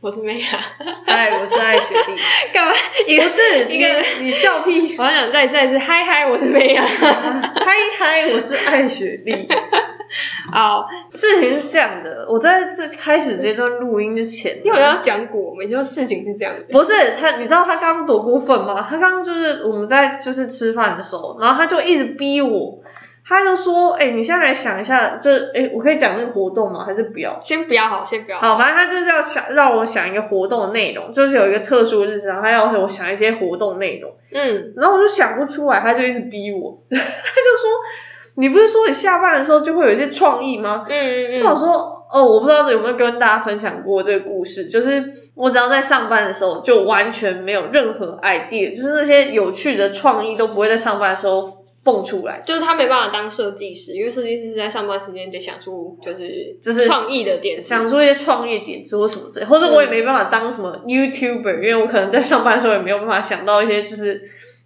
我是妹啊， 嗨，哎我是爱雪莉， 干嘛 一个不是一个？你你笑屁，我好想再一次再一次，嗨嗨，我是妹 啊。嗨嗨，我是爱雪莉。哦，事情是这样的，我在这开始这段录音之前，因为我要讲果，每次都事情是这样的。不是他，你知道他刚刚多过分吗？他刚刚就是我们在就是吃饭的时候，然后他就一直逼我，他就说：“哎、你现在来想一下，就是哎、我可以讲那个活动吗？还是不要？”先不要好，先不要好。好，反正他就是要想让我想一个活动的内容，就是有一个特殊的日子，然后他要我想一些活动内容，嗯，然后我就想不出来，他就一直逼我， 他就说：“你不是说你下班的时候就会有一些创意吗？”嗯嗯那我嗯，说，哦，我不知道有没有跟大家分享过这个故事，就是我只要在上班的时候，就完全没有任何 idea，就是那些有趣的创意都不会在上班的时候蹦出来。就是他没办法当设计师，因为设计师是在上班时间得想出就是就是创意的点子，嗯想出一些创业点子或什么之类，或者我也没办法当什么 YouTuber，因为我可能在上班的时候也没有办法想到一些就是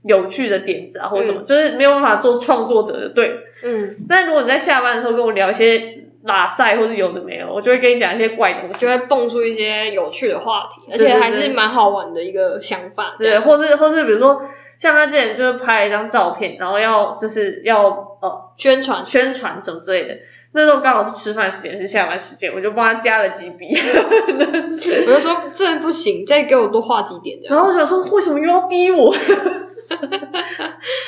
有趣的点子啊，或者什么，就是没有办法做创作者的对。嗯，但如果你在下班的时候跟我聊一些拉塞或者有的没有，我就会跟你讲一些怪东西，就会蹦出一些有趣的话题，而对且对还对是蛮好玩的一个想法。这对，样，或是或是比如说，像他之前就是拍了一张照片，然后要就是要呃宣传宣传什么之类的。那时候刚好是吃饭时间，是下班时间，我就帮他加了几 笔。我就说这不行，再给我多画几点这样。然后我想说，为什么又要逼我？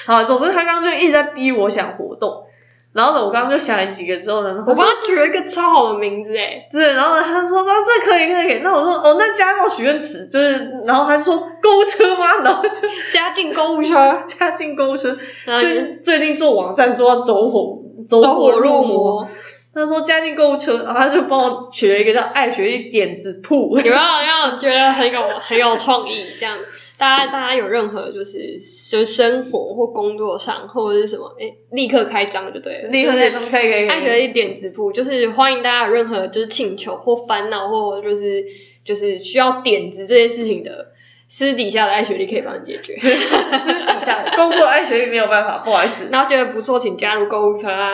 好，总之他刚刚就一直在逼我想活动。然后呢，我刚刚就想了几个之后 呢，我他说帮他取了一个超好的名字哎，对，然后呢他说啊这可以可以可以，那我说哦那加到许愿池就是，然后他就说购物车吗？ 然后就加进购物车，加进购物车， 然后就最最近做网站做到走火走走火入魔，魔。他说加进购物车，然后他就帮我取了一个叫“爱学艺点子铺有没有让我觉得很有很有创意？这样，大家大家有任何就是就是生活或工作上或者是什么，哎、立刻开张就对”，了，立刻就可以是可以可以。爱学一点子铺，就是欢迎大家有任何就是请求或烦恼或就是就是需要点子这件事情的，私底下的爱学历可以帮你解决。一下 工作爱学艺没有办法，不好意思。然后觉得不错，请加入购物车啊。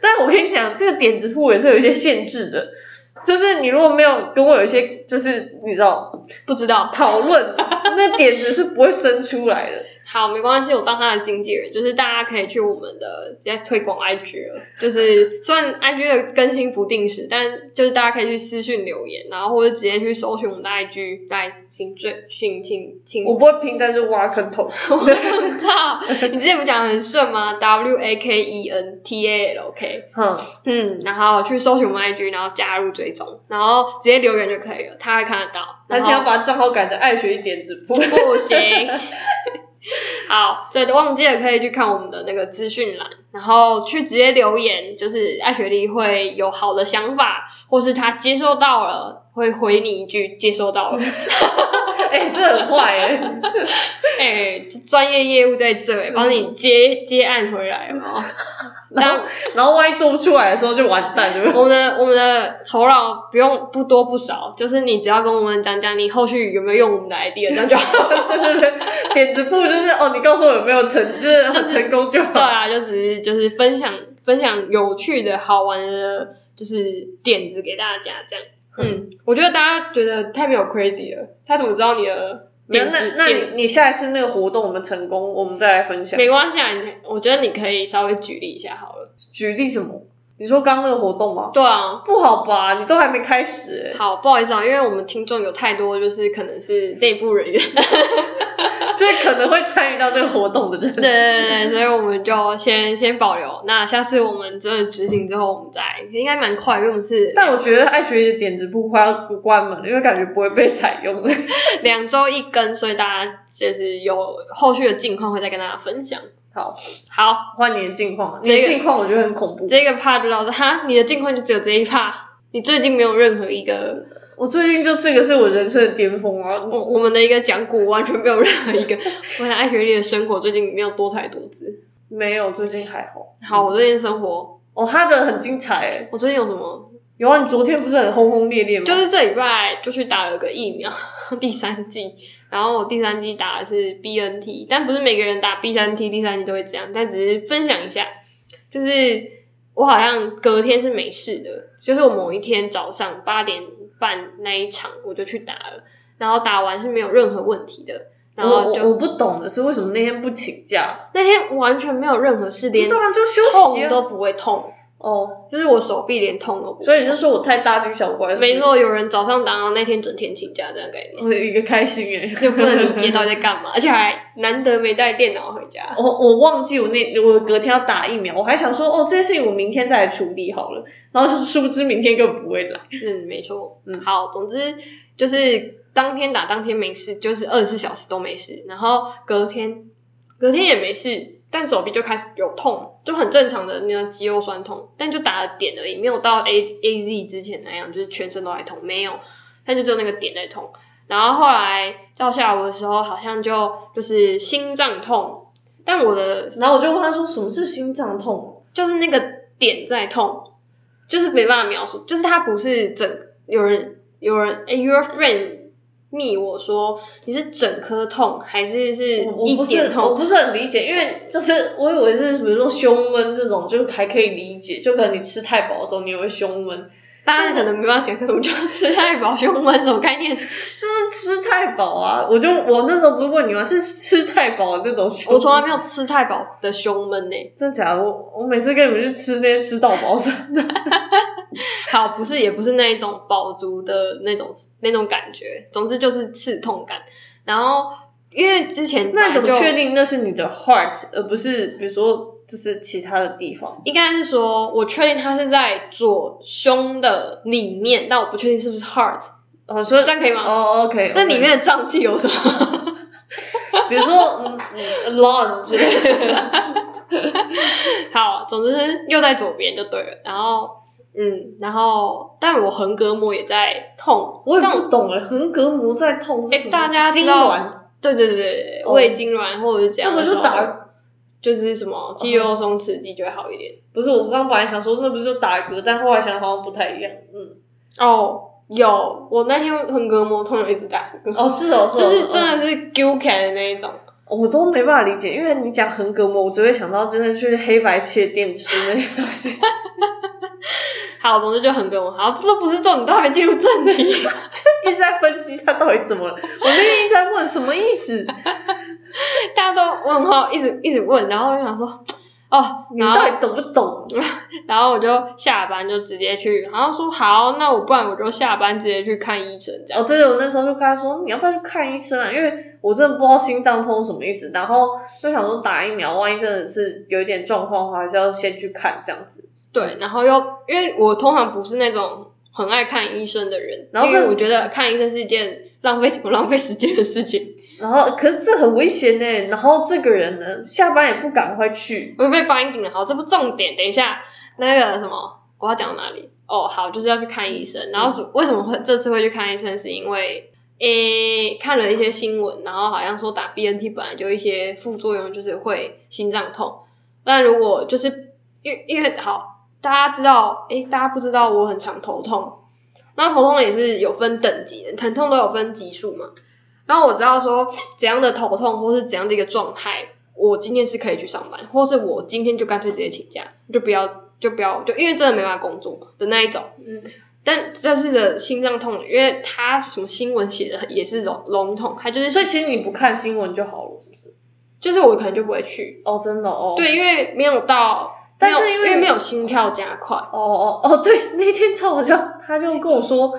但我跟你讲，这个点子铺也是有一些限制的，就是你如果没有跟我有一些就是你知道不知道，讨论， 那点子是不会生出来的。好，没关系，我当他的经纪人，就是大家可以去我们的在推广 IG 了，就是虽然 IG 的更新不定时，但就是大家可以去私讯留言，然后或者直接去搜寻我们的 IG 来请追请请请我不会平淡就挖坑 嗯头，问 到，你之前不讲得很顺吗？W A K E N T A L K，嗯，嗯，然后去搜寻我们 IG，然后加入追踪，然后直接留言就可以了，他会看得到。而然且后要把账号改成爱学艺点子铺。不行。好，所以忘记了可以去看我们的那个资讯栏，然后去直接留言，就是艾雪莉会有好的想法，或是她接收到了，会回你一句接收到了。哎、这很坏哎、 哎、专业业务在这、欸，帮你接接案回来哦。然那后然后万一做不出来的时候就完 蛋，对不对？我们的我们的酬劳不用不多不少，就是你只要跟我们讲讲你后续有没有用我们的 idea，这样就好。就是点子部，就是哦，你告诉我有没有成，就是成功就 对好。啊，就只是就是分享分享有趣的好玩的，就是点子给大家这样。嗯，我觉得大家觉得太没有 credit 了，他怎么知道你的那点那子？那点你你下一次那个活动我们成功，我们再来分享。没关系啊，你我觉得你可以稍微举例一下好了。举例什么？你说刚刚那个活动吗？对啊，不好吧？你都还没开始、好，不好意思啊，因为我们听众有太多，就是可能是内部人员，欸，就是可能会参与到这个活动的人。对对对，所以我们就先先保留。那下次我们真的执行之后，我们再应该蛮快，因为我们是但我觉得爱学习的点子部快要关门了，因为感觉不会被采用了。 两周一根，所以大家就是有后续的近况会再跟大家分享。好，好，换你的近况，你这的个近况我觉得很恐怖。这个 part 就到这，哈，你的近况就只有这一 part，你最近没有任何一个我最近就这个是我人生的巅峰啊！我我们的一个讲古完全没有任何一个。我想艾学丽的生活最近没有多才多姿。没有，最近还好。好，我最近生活，哦，他的很精彩哎、我最近有什么？有啊，你昨天不是很轰轰烈烈吗？就是这礼拜就去打了个疫苗，第三剂。然后我第三剂打的是 B N T，但不是每个人打 B 三 T、第三剂都会这样，但只是分享一下。就是我好像隔天是没事的，就是我某一天早上八点办那一场，我就去打了，然后打完是没有任何问题的，然我后我就我不懂的是为什么那天不请假，那天完全没有任何事，连不是啊就休息痛啊都不会痛，哦，就是我手臂连痛都不会痛。所以你就说我太大惊小怪，没，错，有人早上打，然后那天整天请假这样概念，我有一个开心哎， 就不能理解到底在干嘛，而且还难得没带电脑回家。我我忘记我那我隔天要打疫苗，我还想说哦，这件事情我明天再来处理好了，然后就是殊不知明天根本不会来。嗯，没错。嗯好，总之就是当天打当天没事，就是二十四小时都没事，然后隔天隔天也没事，但手臂就开始有痛，就很正常的那个肌肉酸痛，但就打了点而已，没有到 A A Z 之前那样，就是全身都在痛，没有，但就只有那个点在痛。然后后来到下午的时候，好像就就是心脏痛，但我的然后我就问他说什么是心脏痛？就是那个点在痛，就是没办法描述，就是它不是整有人有人哎、y o u r friend 密我说你是整颗痛还是是我我一不是点我痛？不是很理解，因为就是我以为是比如说胸闷这种就还可以理解，就可能你吃太饱的时候你也会胸闷，大家可能没办法想象，我就吃太饱胸闷什么概念？ 就是吃太饱啊。我就我那时候不是问你吗？是吃太饱的那种胸。我从来没有吃太饱的胸闷呢、真假的，我我每次跟你们去吃那些吃到 饱餐，好，不是也不是那一种饱足的那种那种感觉，总之就是刺痛感。然后因为之前那你怎本么来就确定那是你的 heart 而不是比如说就是其他的地方？应该是说，我确定它是在左胸的里面，但我不确定是不是 heart，哦，所以这样可以吗？哦，OK，那里面的脏器有什么？比如说嗯嗯 lawn 之类的， 好，总之又在左边就对了。然后，嗯，然后，但我横膈膜也在痛，我 也但不懂哎，横熈膜在痛是哎什么，大家痉知道挛，对对对对，哦胃痉挛或者是这样那的不时就候，打？就是什么肌肉松弛肌就会好一点。不是，我刚刚本来想说那不是就打嗝，但后来想好像不太一样，嗯，哦，有，我那天横膈膜痛有一直打嗝，哦是哦，哦就是真哦的是 g u c a 的那一种。我都没办法理解，因为你讲横膈膜，我只会想到真的去黑白切店吃那些东西。 好，总之就很跟我好，这都不是重点，都还没进入正题。 一直在分析他到底怎么了。我那天一直在问什么意思，大家都问号，一直一直问，然后我就想说，哦，你然到后底懂不懂？ 然后我就下班就直接去，然后说好，那我不然我就下班直接去看医生这样。哦，对我那时候就跟他说，你要不要去看医生啊？因为我真的不知道心脏痛什么意思，然后就想说打疫苗，万一真的是有一点状况的话，还是要先去看这样子。对，然后又因为我通常不是那种很爱看医生的人，然后因这为我觉得看医生是一件浪费什么浪费时间的事情，然后，可是这很危险呢。然后这个人呢，下班也不赶快去，我被 binding 了。好，这不重点，等一下那个什么，我要讲哪里？哦，好，就是要去看医生。然后主为什么会这次会去看医生？是因为诶、看了一些新闻，然后好像说打 BNT 本来就有一些副作用，就是会心脏痛。那如果就是因为因为好，大家知道诶、大家不知道我很常头痛，那头痛也是有分等级的，疼痛都有分级数嘛。然后我知道说怎样的头痛或是怎样的一个状态，我今天是可以去上班，或是我今天就干脆直接请假，就不要就不要就因为真的没办法工作的那一种。嗯，但这次的心脏痛，因为他什么新闻写的也是笼笼统，他就是所以其实你不看新闻就好了，是不是？就是我可能就不会去，哦，真的哦。。对，因为没有到，但是没有因因为没有心跳加快，哦哦哦，对， 那天超好笑，他就跟我说。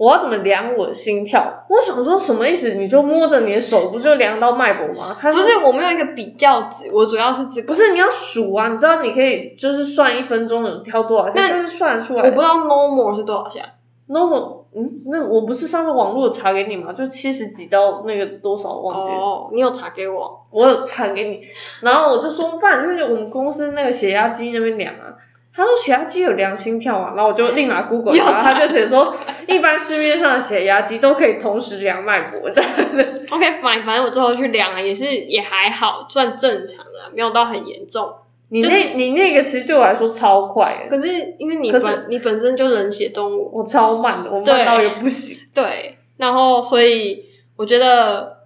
我要怎么量我的心跳？我想说什么意思？你就摸着你的手，不就量到脉搏吗？他不说是我没有一个比较值，我主要是这个不是你要数啊，你知道你可以就是算一分钟有跳多少下，那但是算得出来。我不知道 normal 是多少下，那我嗯，那我不是上次网络查给你吗？就七十几到那个多少忘记了，哦，你有查给我，我有传给你，然后我就说，不然就是我们公司那个血压机那边量啊。他说血压机有量心跳啊，然后我就另拿 Google，又然后他查就写说，一般市面上的血压机都可以同时量脉搏的。 OK，反反正我最后去量了，也是也还好，算正常啦，没有到很严重。你就是那，你那个其实对我来说超快的，可是因为你可是本你本身就冷血动物，我超慢的，我慢对到也不行。对，然后所以我觉得，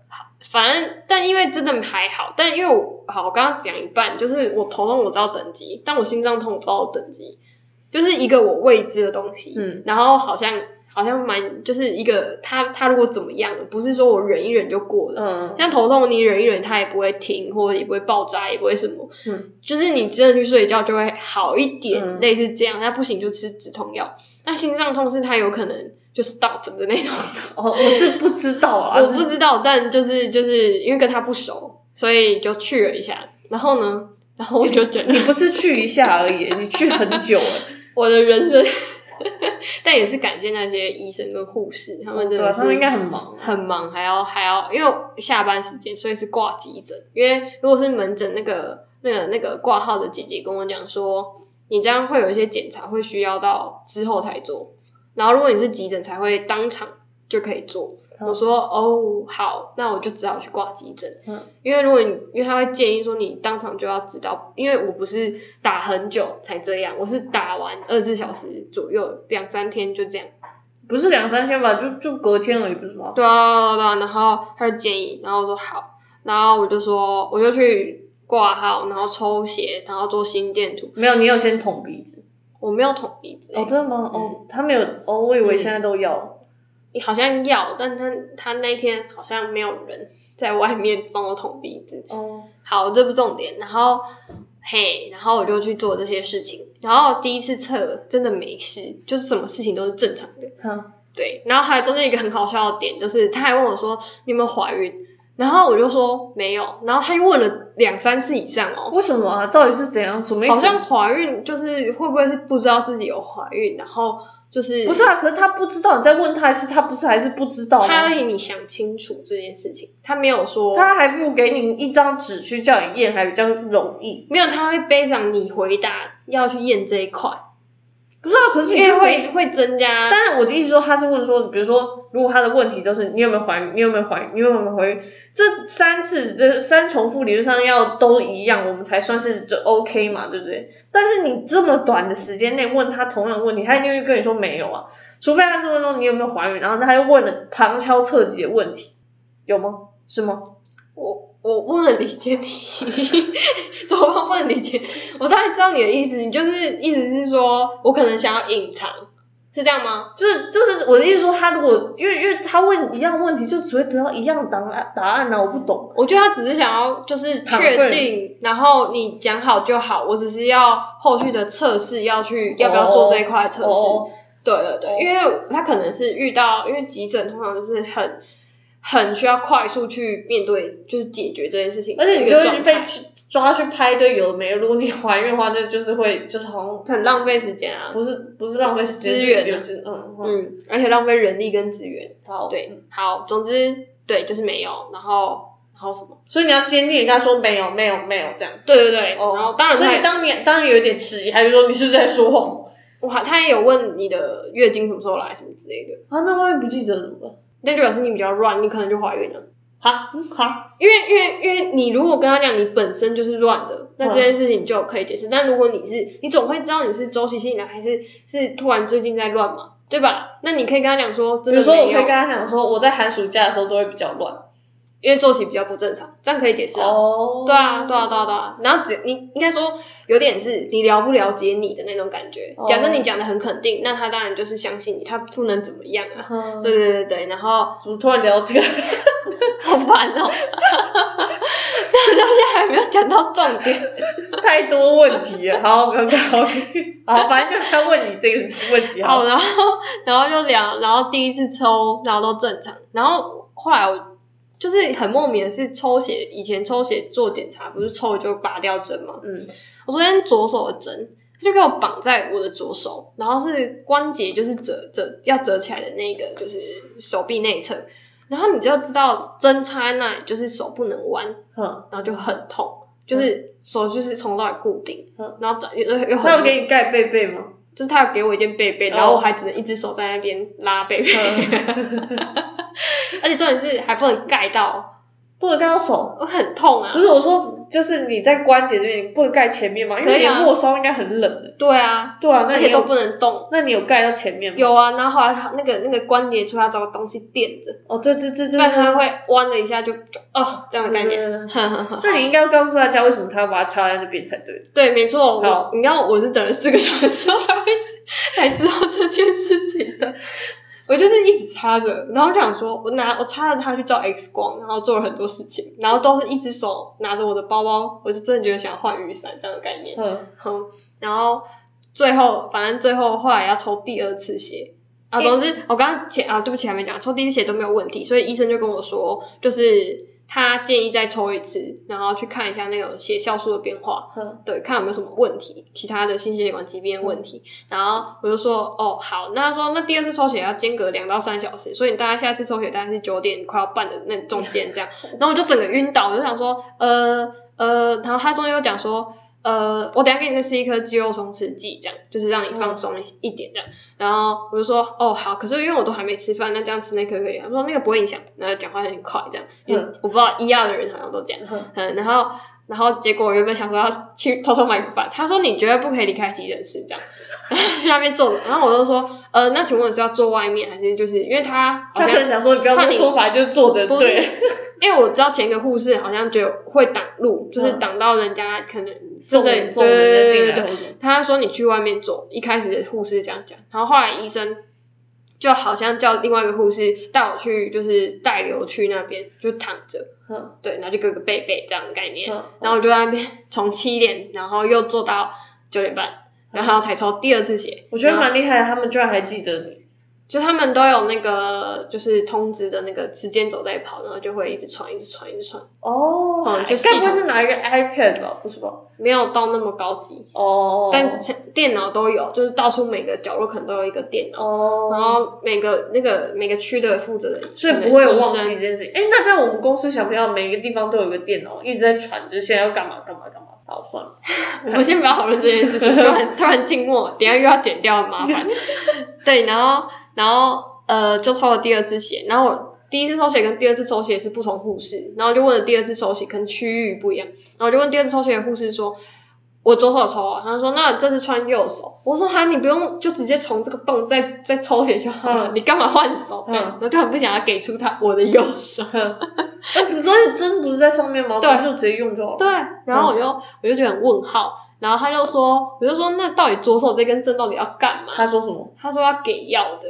反正但因为真的还好，但因为我好，我刚刚讲一半，就是我头痛我知道等级，但我心脏痛我不知道等级，就是一个我未知的东西，嗯，然后好像好像蛮就是一个他他如果怎么样，不是说我忍一忍就过了。嗯，像头痛，你忍一忍，它也不会停，或者也不会爆炸，也不会什么。嗯，就是你真的去睡觉就会好一点，嗯类似这样。那不行就吃止痛药。那心脏痛是它有可能就 stop 的那种。哦，我是不知道啊啦，我不知道，但就是就是因为跟他不熟，所以就去了一下。然后呢，然后我就觉得你不是去一下而已，你去很久了。我的人生，嗯 但也是感谢那些医生跟护士，他们真对的啊，他们是应该很忙。很忙，还要还要，因为下班时间，所以是挂急诊。因为如果是门诊，那个那个那个挂号的姐姐跟我讲说，你这样会有一些检查会需要到之后才做，然后如果你是急诊才会当场就可以做。嗯我说哦好，那我就只好去挂急诊，嗯因为如果你因为他会建议说你当场就要知道，因为我不是打很久才这样，我是打完二十四小时左右，两三天就这样。不是两三天吧，就就隔天而已，不是吗？对啊，对啊，然后他就建议，然后我说好，然后我就说我就去挂号，然后抽血，然后做心电图，没有，你有先捅鼻子。我没有捅鼻子、哦，真的吗？嗯哦，他没有。哦，我以为现在都要。好像要，但他他那天好像没有人在外面帮我捅鼻子。哦，好，这不重点。然后嘿，然后我就去做这些事情，然后第一次测真的没事，就是什么事情都是正常的。哼，对，然后还有中间一个很好笑的点，就是他还问我说你有没有怀孕，然后我就说没有，然后他又问了两三次以上哦，为什么啊？到底是怎样？什么意思？好像怀孕就是会不会是不知道自己有怀孕，然后就是不是啊，可是他不知道，你再问他一次，他不是还是不知道吗？他要你想清楚这件事情，他没有说他还不如给你一张纸去叫你验，还比较容易。没有，他会背上你回答要去验这一块，不是啊，可是你因为就会会增加当然，我的意思说，他是问说，比如说，如果他的问题都是你有没有怀孕，你有没有怀孕，你有没有怀孕，这三次这三重复理论上要都一样，我们才算是就 OK 嘛，对不对？但是你这么短的时间内问他同样的问题，他一定会跟你说没有啊，除非他是问说你有没有怀孕，然后他又问了旁敲侧击的问题，有吗？是吗？我我不能理解你， 怎么办不能理解？我大概知道你的意思，你就是意思是说我可能想要隐藏，是这样吗？就是就是我的意思说，他如果因为因为他问一样问题，就只会得到一样答案答案呢、啊我不懂。我觉得他只是想要就是确亢定，然后你讲好就好，我只是要后续的测试要去要不要做这一块的测试。哦，对对对，因为他可能是遇到，因为急诊通常就是很很需要快速去面对，就是解决这件事情的而且一你个就状态，会被去抓去拍一堆有的没的。如果你怀孕的话，那就是会就是好像很浪费时间啊。不是不是浪费时间资源啊就是有嗯嗯，嗯，而且浪费人力跟资源。好对，好，总之对，就是没有，然后然后什么？所以你要坚定地跟他说没有没有没有这样。对对对，哦然后当然所他以也当你当你有一点迟疑，还是说你是不是在说谎哇，他也有问你的月经什么时候来什么之类的，啊？那万一不记得怎么办？那就表示你比较乱，你可能就怀孕了。好嗯好，因为因为因为你如果跟他讲你本身就是乱的，那嗯这件事情就可以解释。但如果你是，你总会知道你是周期性的还是是突然最近在乱嘛，对吧？那你可以跟他讲说，比真如的说我可没以有跟，他讲说，我在寒暑假的时候都会比较乱。因为作息比较不正常，这样可以解释啊。哦对啊，对啊，对啊，对啊。然后只你应该说有点是你了不了解你的那种感觉。哦假设你讲的很肯定，那他当然就是相信你，他不能怎么样啊。嗯对对对对，然后怎么突然聊这个？好烦哦、 但到现在还没有讲到重点。太多问题了，好，不要不要，好，反正就是他问你这个问题好好，了。然后然后就聊，然后第一次抽，然后都正常。然后后来我就是很莫名的是抽血，以前抽血做检查不是抽了就拔掉针吗？嗯，我昨天左手的针，他就给我绑在我的左手，然后是关节就是折折要折起来的那个，就是手臂内侧。然后你就知道针插在那里，就是手不能弯，哼，然后就很痛，就是手就是从头到尾固定，嗯然后又又 他有很，给你盖被被吗？就是他有给我一件被被，哦然后我还只能一只手在那边拉被被，嗯 而且重点是还不能盖到，不能盖到手，我很痛啊不。是我说，就是你在关节这边，你不能盖前面嘛，因可为以你啊末梢应该很冷的。对啊，对啊，那而你且有都不能动。那你有盖到前面吗？有啊，然后后来他那个那个关节处，他找个东西垫着。哦，对对对对不对然它会弯了一下就就哦这样的概对念。 对对。那你应该要告诉大家为什么他要把它插在那边才对。对，没错，我好你知道我是等了四个小时之后才会才知道这件事情的。我就是一直插着，然后就想说，我拿我插着它去照 X 光，然后做了很多事情，然后都是一只手拿着我的包包，我就真的觉得想换雨伞这样的概念。嗯，哼，然后最后反正最后后来要抽第二次血啊，诶总之我刚刚前啊对不起还没讲，抽第一次血都没有问题，所以医生就跟我说，就是他建议再抽一次，然后去看一下那个血酵素的变化，嗯对，看有没有什么问题，其他的心血管疾病的问题。然后我就说哦好，那他说那第二次抽血要间隔两到三小时，所以你大概下次抽血大概是九点快要半的那中间这样。然后我就整个晕倒，我就想说呃呃，然后他中间又讲说。呃，我等一下给你再吃一颗肌肉松弛剂，这样就是让你放松一点这样。然后我就说，哦，好，可是因为我都还没吃饭，那这样吃那颗可以啊。他说那个不会影响，然后讲话有点快这样，因为嗯我不知道医药的人好像都这样。嗯嗯，然后然后结果我原本想说要去偷偷买个饭，他说你绝对不可以离开急诊室这样，然后去那边坐着，然后我就说，呃，那请问是要坐外面还是就是因为他好他可像能想说你不要多说，反正就坐着不是对，因为我知道前一个护士好像就会挡路，就是嗯挡到人家可能真送的人送人再进来对对对或者他说你去外面走，一开始护士这样讲，然后后来医生就好像叫另外一个护士带我去，就是带流区那边就躺着，嗯对，然后就给个背背这样的概念，嗯， 然后我就在那边从七点，然后又做到九点半，然后才抽第二次血。我觉得然后蛮厉害的，他们居然还记得你。就他们都有那个就是通知的那个时间轴在跑，然后就会一直传，一直传，一直传，哦嗯就系该统不会是拿一个 iPad 吧？不是吧？没有到那么高级，哦，但是电脑都有，就是到处每个角落可能都有一个电脑，哦，然后每个那个每个区的负责人，所以不会有可能医忘生记这件事情。哎、那这样我们公司想不要每一个地方都有个电脑，一直在传，就是现在要干嘛干嘛干嘛？好，算了。我们先不要讨论这件事 情，突然突然静默，等一下又要剪掉，很麻烦。对，然后然后呃，就抽了第二次血，然后我第一次抽血跟第二次抽血是不同护士，然后就问了第二次抽血，可能区域不一样，然后我就问第二次抽血的护士说。我左手抽啊，他说那这次穿右手，我说哈，你不用就直接从这个洞再再抽血就好了，嗯你干嘛换手？这嗯样，我根本不想要给出他我的右手。哎、可是针不是在上面吗？对不然就直接用就好了。对，然后我就、嗯我就觉得很问号，然后他就说，我就说那到底左手这根针到底要干嘛？他说什么？他说要给药的，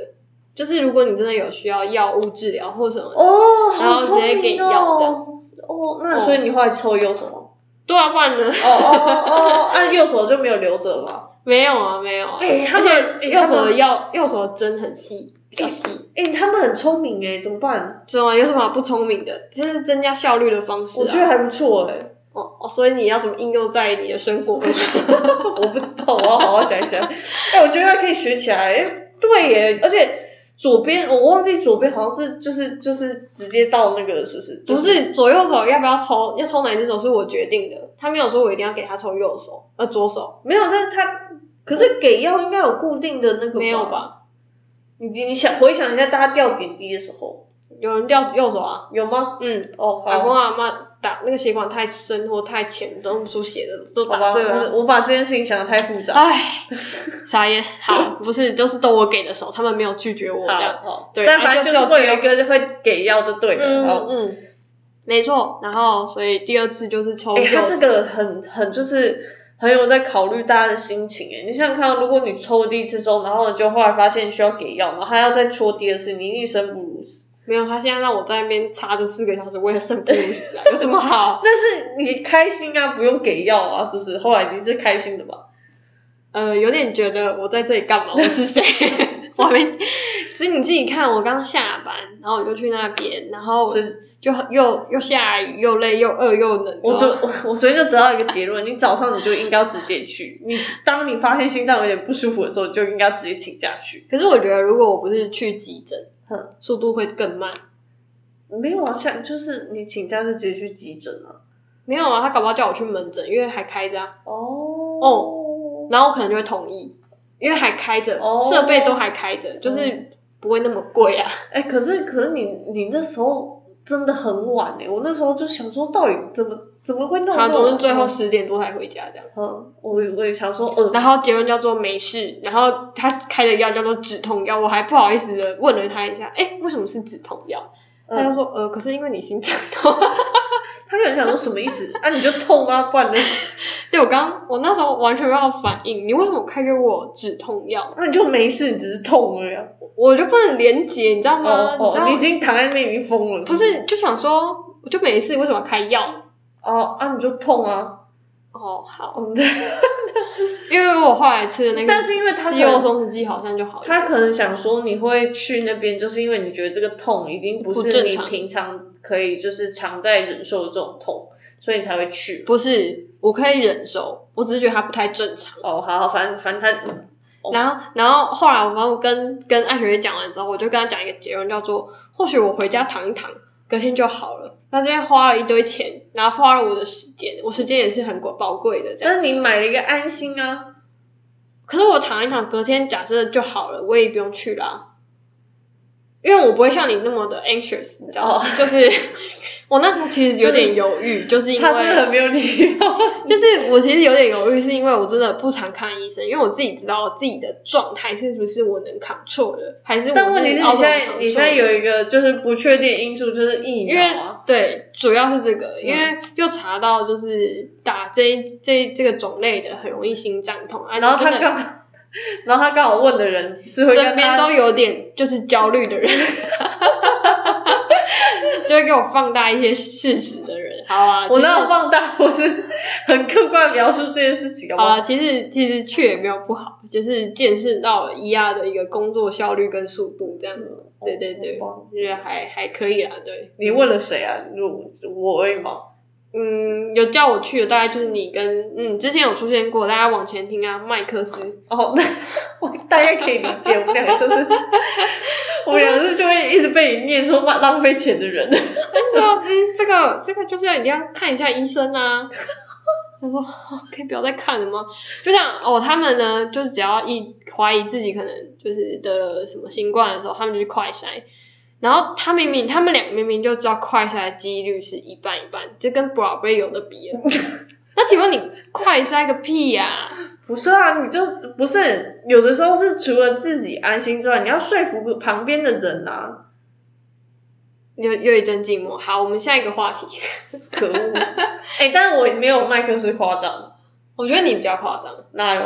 就是如果你真的有需要药物治疗或什么的，哦，然后好直接给药这样聪明哦。哦，那所以你后来抽右手吗？对啊，不然呢？哦哦哦，按、右手就没有留 着嘛。没有啊，没有啊，哎他而们且哎右他手的们药，右手的针很细，比较细，哎、他们很聪明哎，怎么办？知道吗？有什么好不聪明的？这是增加效率的方式我觉得啊。还不错哎，哦哦，所以你要怎么应用在你的生活？ 我不知道，我要好好想一想。哎、我觉得可以学起来。哎对耶，而且左边我忘记左边好像是就是就是直接到那个是不是？不是左右手要不要抽，要抽哪只手是我决定的。他没有说我一定要给他抽右手，呃，左手没有，但是他可是给药应该有固定的那个没有？吧？你你想回想一下，大家吊点滴的时候有人掉右手啊？有吗？嗯，哦，阿好，公阿妈打那个血管太深或太浅，都弄不出血的，都好吧，打这个啊。啊我我把这件事情想的太复杂。唉，傻眼。好了，不是，就是都我给的手，他们没有拒绝我好这样。好，对但然后反正就就是只有会有一个会给药就对了。好嗯嗯，没错。然后，所以第二次就是抽哎、右他手。这个很很就是很有在考虑大家的心情哎。你想想看，如果你抽第一次中，然后你就后来发现需要给药，然后还要再戳第二次，你一定生不如死。没有，他现在让我在那边插着四个小时，我也生不如死啊！有什么 好？但是你开心啊，不用给药啊，是不是？后来你是开心的吧？呃，有点觉得我在这里干嘛？我是 谁？我还没，所以你自己看，我刚下班，然后我就去那边，然后我所以就又又下雨，又累，又饿，又冷。我昨我我昨天就得到一个结论，你早上你就应该要直接去。你当你发现心脏有点不舒服的时候，你就应该直接请假去。可是我觉得，如果我不是去急诊哼，速度会更慢。没有啊，像就是你请假就直接去急诊啊。没有啊，他搞不好叫我去门诊，因为还开着、啊，哦哦然后我可能就会同意，因为还开着，哦嗯设备都还开着，就是不会那么贵啊。哎、可是可是你你那时候真的很晚哎、我那时候就想说，到底怎么怎么会弄好，到？总之最后十点多才回家这样。嗯，我我也想说，呃，然后结论叫做没事，然后他开的药叫做止痛药，我还不好意思的问了他一下，哎，为什么是止痛药？他就嗯说，呃，可是因为你心脏痛， 他有想说什么意思？啊，你就痛啊，不然呢？对我刚我那时候完全没有反应，你为什么开给我止痛药？那你就没事，只是痛而已啊。我就不能连结，你知道吗？哦哦，你啊你已知道经躺在那里已经疯了。不是就想说我就没事，为什么要开药？哦啊，你就痛啊。哦，好，嗯，对。因为我后来吃的那个，但是因为他可能肌肉松弛剂好像就好一点，他可能想说你会去那边，就是因为你觉得这个痛已经不不是正你常平常可以就是常在忍受的这种痛，所以你才会去。不是我可以忍受，我只是觉得它不太正常。哦，好好，反正反正嗯他然后，然后后来我刚跟跟艾学姐讲完之后，我就跟她讲一个结论，叫做或许我回家躺一躺，隔天就好了。那这边花了一堆钱，然后花了我的时间，我时间也是很贵宝贵的这样。但是你买了一个安心啊，可是我躺一躺，隔天假设就好了，我也不用去啦，因为我不会像你那么的 anxious，你知道哦吗？就是我那时候其实有点犹豫，就是因为他真的很没有礼貌。就是我其实有点犹豫，是因为我真的不常看医生，因为我自己知道自己的状态是不是我能 control 的，还是我 但问题是是 out 你现 of 在 control 你现在有一个就是不确定因素，就是疫因为苗啊。对，主要是这个，嗯因为又查到就是打这一这一这个种类的很容易心脏痛啊，然后他真的刚， 然后他刚好问的人是会身跟边他都有点就是焦虑 的人，就会给我放大一些事实的人。好啊，其我实那放大，我是很客观描述这件事情，啊好好不好？了，其实其实去也没有不好，就是见识到了 ER 的一个工作效率跟速度，这样对对对，觉得还还可以啦。对，嗯你问了谁啊？如我而已吗？嗯，有叫我去的大概就是你跟嗯，之前有出现过，大家往前听啊，麦克斯。哦， 那我大概可以理解，我们两个就是，我们两个是就会一直被你念说浪浪费钱的人。他就说嗯，这个这个就是你要看一下医生 啊。他说、哦可以不要再看了吗？就像哦，他们呢，就是只要一怀疑自己可能就是得什么新冠的时候，他们就去快筛。然后他明明他们俩明明就知道快筛的几率是一半一半，就跟 Broadway 有的比了。 那请问你快筛个屁呀、不是啊，你就不是有的时候是除了自己安心之外，你要说服旁边的 人啊。又又一阵静默。好，我们下一个话题。可恶！哎、但我没有麦克斯夸张，我觉得你比较夸张，哪有？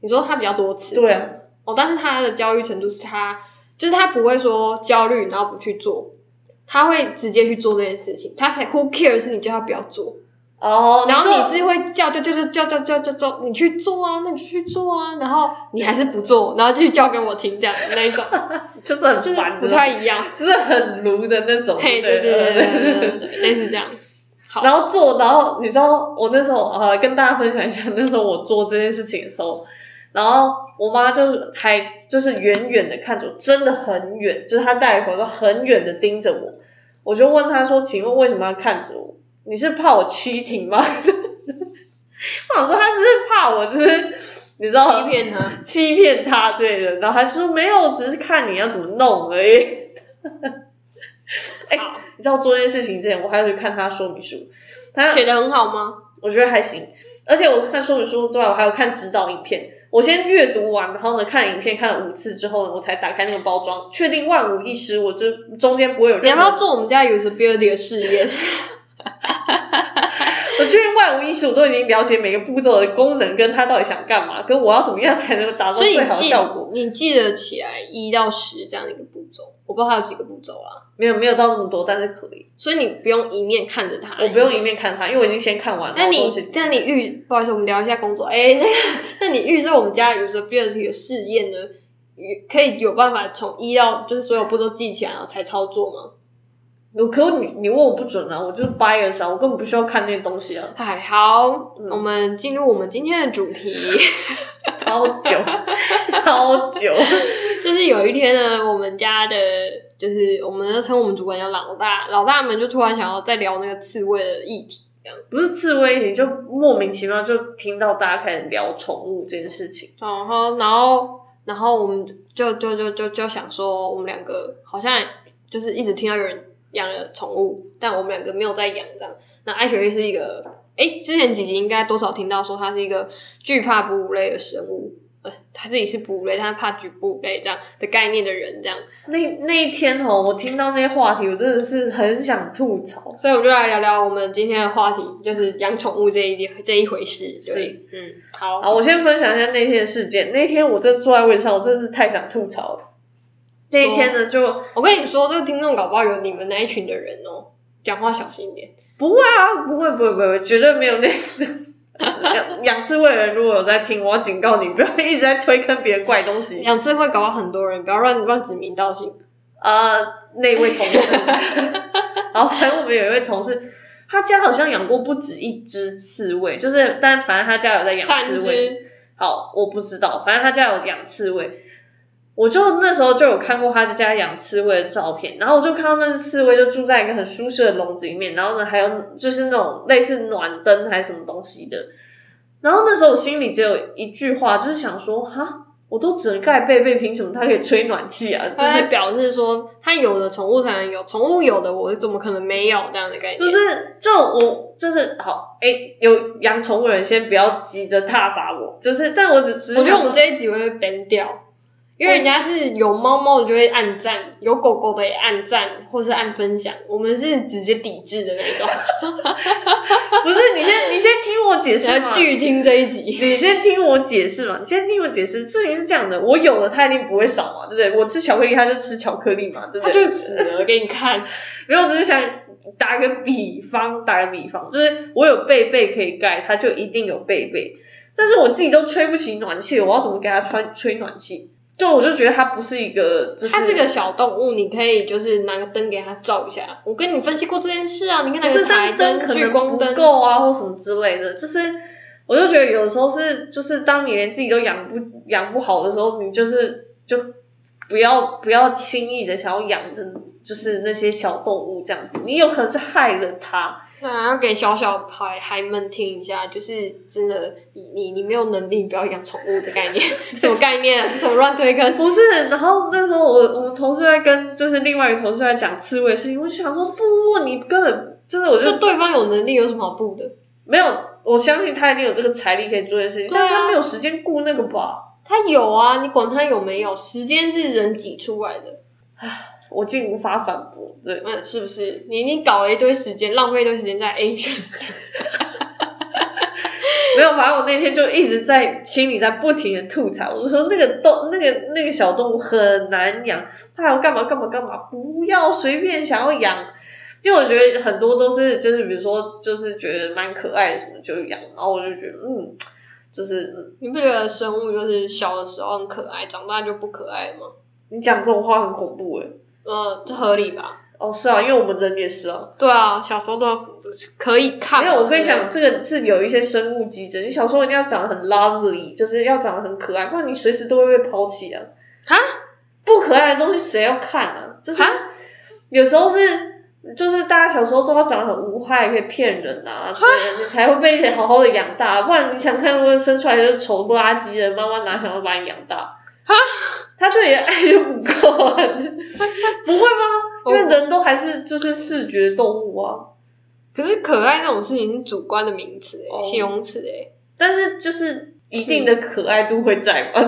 你说他比较多次，对啊，哦，但是他的焦虑程度是他，就是他不会说焦虑然后不去做，他会直接去做这件事情，他才 who care 是你叫他不要做，哦，然后说你是会叫叫叫叫叫叫叫叫叫你去做啊，那你就去做啊，然后你还是不做，然后继续叫给我听这样的那一 种，就是很就是烦，不太一样，就是很炉的那种，嘿，对对对了对对对对，对类似这样，好然后做，然后你知道我那时候呃，跟大家分享一下，那时候我做这件事情的时候，然后我妈就还就是远远的看着我，真的很远，就是她戴口罩很远的盯着我，我就问她说：“请问为什么要看着我？你是怕我 cheating 吗？” 我想说她是不是怕我就是你知道欺骗他，欺骗她之类的，然后她就说没有，只是看你要怎么弄而已。 哎好，你知道做这件事情之前，我还要去看她说明书，她写的很好吗？我觉得还行。而且我看说明书之外，我还有看指导影片。我先阅读完，然后呢看影片看了五次之后呢，我才打开那个包装，确定万无一失，我就中间不会有你要任不要何。做我们家 usability 的试 验？我确定万无一失，我都已经了解每个步骤的功能跟它到底想干嘛，跟我要怎么样才能够达到所以最你好的记效果。你记得起来一到十这样的一个步骤，我不知道它有几个步骤啊啦，没有没有到这么多，但是可以。所以你不用一面看着它，我不用一。面看它，因为我已经先看完了。那我都是你那你预不好意思，我们聊一下工作。哎、那个， 那你预设我们家 usability 的试验呢，也可以有办法从一到就是所有步骤记起来，然后才操作吗？我可你你问我不准啊，我就是 bias 啊，我根本不需要看那些东西 啊，哎，好，嗯我们进入我们今天的主题。超久超久。 就是有一天呢，我们家的，就是我们就称我们主管叫老大，老大们就突然想要再聊那个刺猬的议题。不是刺猬，你就莫名其妙就听到大家开始聊宠物这件事情。然后，然后，然后我们就就就就就想说，我们两个好像就是一直听到有人养了宠物，但我们两个没有在养这样。那艾雪莉是一个，哎，之前几集应该多少听到说它是一个惧怕哺乳类的生物，呃，他自己是哺乳类，但他怕举哺乳类这样的概念的人，这样，那那一天哦，我听到那些话题，我真的是很想吐槽。所以我们就来聊聊我们今天的话题，就是养宠物这一这一回事。对，嗯，好，好，我先分享一下那天的事件。那天我真的坐在位置上，我真的是太想吐槽了。那一天呢，就我跟你说，这个听众搞不好有你们那一群的人哦，讲话小心一点。不会啊，不会，不会，不会，绝对没有那养刺猬的人如果有在听，我要警告你，不要一直在推坑别人怪 东西。养智会搞到很多人，不要乱乱指名道姓。呃，那位同 事，好，反正我们有一位同事，他家好像养过不止一只刺猬，就是，但反正他家有在养三刺猬。只，好，哦我不知道，反正他家有养刺猬，我就那时候就有看过他家养刺猬的照片，然后我就看到那只刺猬就住在一个很舒适的笼子里面，然后呢还有就是那种类似暖灯还是什么东西的，然后那时候我心里只有一句话，就是想说哈。我都只能盖被被，凭什么它可以吹暖气啊？就他在是表示说，他有的宠物才能有，宠物有的我怎么可能没有这样的概念？就是就我就是好哎、有养宠物的人先不要急着踏伐我，就是但我只只是我觉得想我们这一集会被 ban 掉，因为人家是有猫猫的就会按赞，有狗狗的也按赞或是按分享，我们是直接抵制的 那种。不是你先你先听我解释然嘛后，拒听这一集，你先听我解释嘛，你先听我解释。事情是这样的，我有了它一定不会少嘛，对不对？我吃巧克力，它就吃巧克力嘛，对不他对？就死了给你看。没有，我只是想打个比方，打个比方，就是我有被被可以盖，它就一定有被被。但是我自己都吹不起暖气，我要怎么给它穿吹暖气？就我就觉得它不是一个，就是它是个小动物，你可以就是拿个灯给它照一下。我跟你分析过这件事啊，你可以拿不个是台但灯可聚能光不灯，够啊，或什么之类的，就是。我就觉得有时候是，就是当你连自己都养不养不好的时候，你就是就不要不要轻易的想要养着，就是那些小动物这样子，你有可能是害了它。那啊要给小小孩孩们听一下，就是真的，你你你没有能力，不要养宠物的概 念，什么概念啊？这什么乱推坑？不是，然后那时候我我们同事在跟就是另外一个同事在讲刺猬的事情，我就想说不不不，你根本就是我就就对方有能力有什么好不的？没有，我相信他一定有这个财力可以做这件事情，对啊但他没有时间顾那个吧。他有啊，你管他有没有，时间是人挤出来的，我竟无法反驳，对，嗯，是不是？你你搞了一堆时间，浪费一堆时间在 A 选上， 没有，反正我那天就一直在心里在不停的吐槽，我就说那个动那个那个小动物很难养，它还要干嘛干嘛干嘛，不要随便想要养，因为我觉得很多都是就是比如说就是觉得蛮可爱的什么就养，然后我就觉得嗯，就是嗯 你不觉得生物就是小的时候很可爱，长大就不可爱了吗？你讲这种话很恐怖诶、呃，这合理吧？哦，是啊，因为我们人也是啊。对啊，小时候都可以看啊 没嘛。有，我跟你对讲，不这个是有一些生物机制。你小时候一定要长得很 lovely，就是要长得很可爱，不然你随时都会被抛弃啊。哈，不可爱的东西谁要看啊？就是哈有时候是。就是大家小时候都要长得很无害，可以骗人啊，之类的你才会被好好的养大。不然你想看，如果生出来就是丑不拉几的，妈妈哪想要把你养大？啊，他对你的爱就不够 啊，不会吗？因为人都还是就是视觉动物啊。对可是可爱这种事情是主观的名词、欸，哦形容词、欸，但是就是一定的可爱度会在嘛？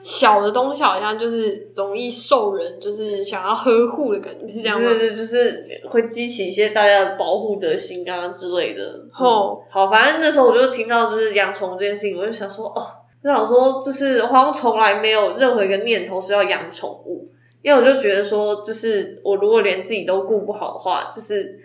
小的东西好像就是容易受人就是想要呵护的感觉，是这样吗？对对，就是会激起一些大家的保护的心啊之类的。哦嗯好，反正那时候我就听到就是养宠物这件事情，我就想说哦，就想说就是我好像从来没有任何一个念头是要养宠物，因为我就觉得说，就是我如果连自己都顾不好的话，就是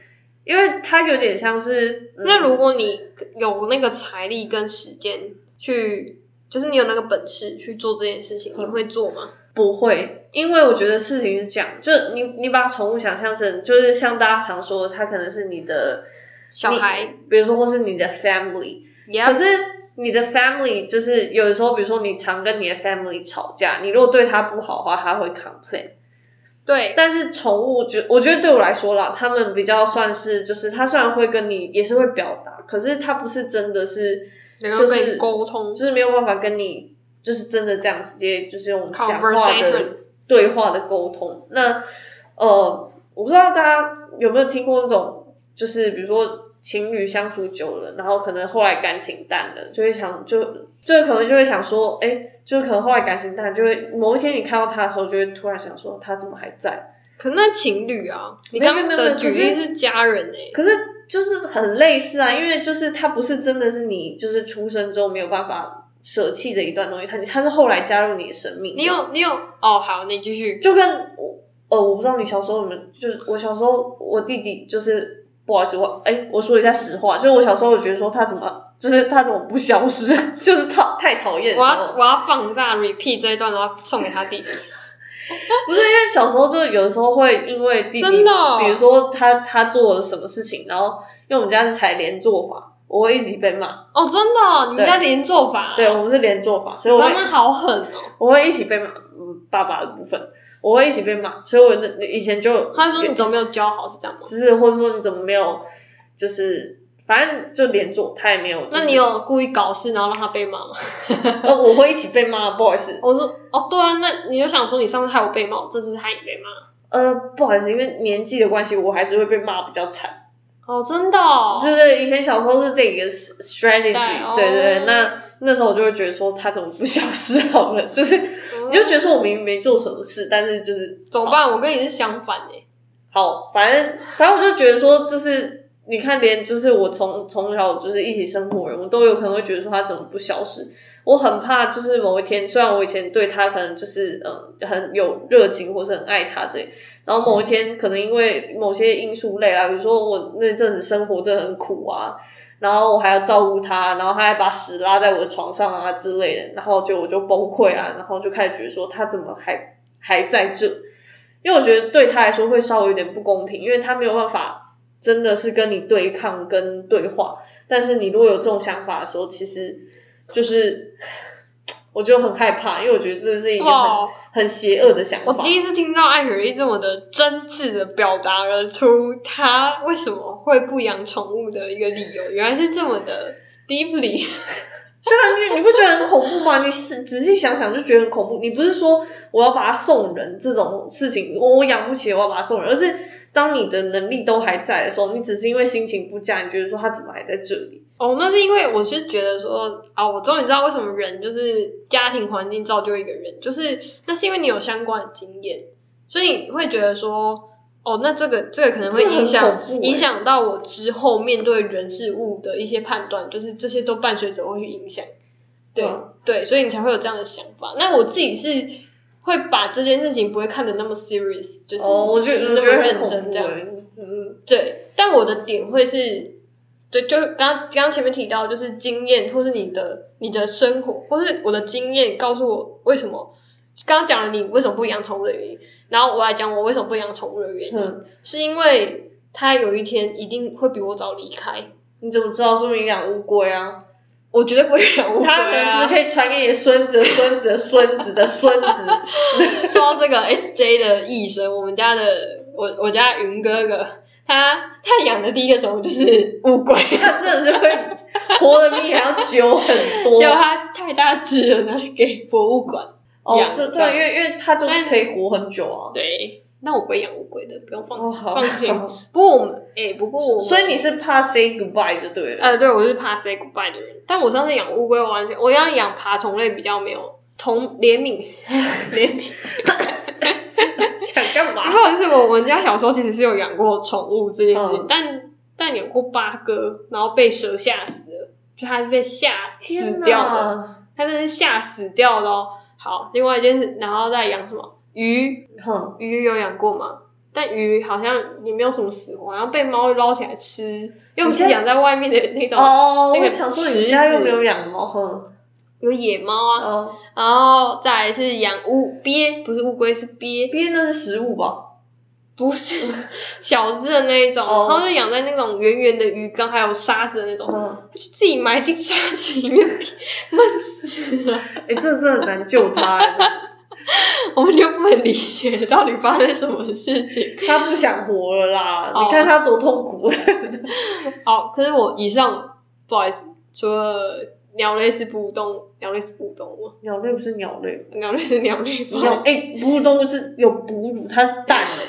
因为它有点像是、嗯那如果你有那个财力跟时间去，就是你有那个本事去做这件事情，嗯你会做吗？不会，因为我觉得事情是这样，就是你你把宠物想象成，就是像大家常说，它可能是你的小孩，比如说或是你的 family，、也可是你的 family 就是有的时候，比如说你常跟你的 family 吵架，你如果对它不好的话，它会 complain。对，但是宠物，觉我觉得对我来说啦，他们比较算是就是，它虽然会跟你也是会表达，可是它不是真的是能够就是跟你沟通就是没有办法跟你，就是真的这样直接就是用讲话 Conversation 的对话的沟通。那呃，我不知道大家有没有听过那种，就是比如说情侣相处久了，然后可能后来感情淡了，就会想就就可能就会想说，哎、就是可能后来感情淡，就会某一天你看到他的时候，就会突然想说他怎么还在？可是那情侣啊，你没有刚刚没有没的有举可是例是家人哎、可是就是很类似啊，因为就是他不是真的是你就是出生之后没有办法舍弃的一段东西，他他是后来加入你的生命的。你有你有哦，好，你继续。就跟我呃，我不知道你小时候有没有，就是我小时候我弟弟就是不好意思，我哎、我说一下实话，就是我小时候我觉得说他怎么就是他怎么不消失， 就是他太讨厌我了。要我要放大 repeat 这一段，然后送给他弟弟。不是因为小时候就有时候会因为弟弟，真的哦比如说他他做了什么事情，然后因为我们家是采连坐法，我会一直被骂，哦，真的哦、你们家连坐法、对，我们是连坐法，所以我妈会妈好狠哦。我会一起被骂，嗯，爸爸的部分我会一起被骂，所以我那以前就他说你怎么没有教好，是这样吗？就是或者说你怎么没有，就是反正就连坐，他也没有。那你？有故意搞事，然后让他被骂吗？呃，我会一起被骂，不好意思，我说哦，对啊，那你就想说你上次害我被骂，我这次害你被骂。呃，不好意思，因为年纪的关系，我还是会被骂比较惨。哦，真的、哦，就是以前小时候是这个 strategy， Style 哦对对对，那那时候我就会觉得说他怎么不 消失好了，就是嗯你就觉得说我明明没做什么事，但是就是怎么办？我跟你是相反哎、好，反正反正我就觉得说，就是你看，连就是我从从小就是一起生活的人，我都有可能会觉得说他怎么不消失。我很怕，就是某一天，虽然我以前对他可能就是嗯很有热情，或是很爱他这，然后某一天可能因为某些因素累啊，比如说我那阵子生活真的很苦啊，然后我还要照顾他，然后他还把屎拉在我的床上啊之类的，然后就我就崩溃啊，然后就开始觉得说他怎么还还在这？因为我觉得对他来说会稍微有点不公平，因为他没有办法真的是跟你对抗跟对话。但是你如果有这种想法的时候，其实就是 我就很害怕，因为我觉得这是一个很哇，很邪恶的想法。哦 我第一次听到艾雪莉这么的真挚的表达了出她为什么会不养宠物的一个理由，原来是这么的 deeply。对啊，你你不觉得很恐怖吗？你是仔细想想就觉得很恐怖。你不是说我要把它送人这种事情，我我养不起，我要把它送人，而是当你的能力都还在的时候，你只是因为心情不佳，你觉得说他怎么还在这里？哦，那是因为我是觉得说啊、我终于知道为什么人就是家庭环境造就一个人，就是那是因为你有相关的经验，所以你会觉得说，哦，那这个这个可能会这很影响、恐怖欸影响到我之后面对人事物的一些判断，就是这些都伴随着会去影响，对、嗯对，所以你才会有这样的想法。那我自己是会把这件事情不会看得那么 serious，就是、哦，我觉就得是我那觉么得认很恐真怖这样。欸，只是对，但我的点会是，对，就刚刚刚前面提到，就是经验，或是你的你的生活，或是我的经验告诉我为什么。刚刚讲了你为什么不养宠物的原因，然后我来讲我为什么不养宠物的原因，嗯，是因为它有一天一定会比我早离开。你怎么知道说你养乌龟啊？我绝对不会养乌龟它可能只啊！可以传给你的孙子、孙子、孙子的孙子。 说到这个 S J 的医生，我们家的我我家云哥哥，他他养的第一个宠物就是乌龟。它真的是会活得比你还要久很多，结果它太大只了，拿给博物馆。哦养，对这样对，因为因为它就是可以活很久啊。对，那我不会养乌龟的，不用放哦，心、好，放 心。不过我们，哎、不过我们，所以你是怕 say goodbye 就对了。呃，对我是怕 say goodbye 的人，但我上次养乌龟，我完全我要养爬虫类比较没有同怜 悯怜悯。想干嘛？或者是我我们家小时候其实是有养过宠物这件事情，嗯但但养过八哥，然后被蛇吓死了，就它是被吓死掉的。的。它真的是吓死掉的哦。好，另外一件事，然后再养什么鱼？哼，鱼有养过吗？但鱼好像也没有什么死活，然后被猫捞起来吃，因为我们是养在外面的那种、哦，那个我想说你家又没有养猫，哼，有野猫啊，哦，然后再来是养乌鳖，不是乌龟是鳖，毕竟那是食物吧？不是 小只的那一种，哦然后就养在那种圆圆的鱼缸，还有沙子的那种，嗯，它就自己埋进沙子里面， 闷死了。哎，这真的很难救它， 哎我们就不能理解到底发生什么事情。它不想活了啦！哦你看它多痛苦。 好，可是我以上不好意思，除了鸟类是哺乳动物，鸟类是哺乳动物吗，鸟类不是鸟类，鸟类是鸟类，不好意鸟思哎，哺乳动物是欸有哺乳，它是蛋的。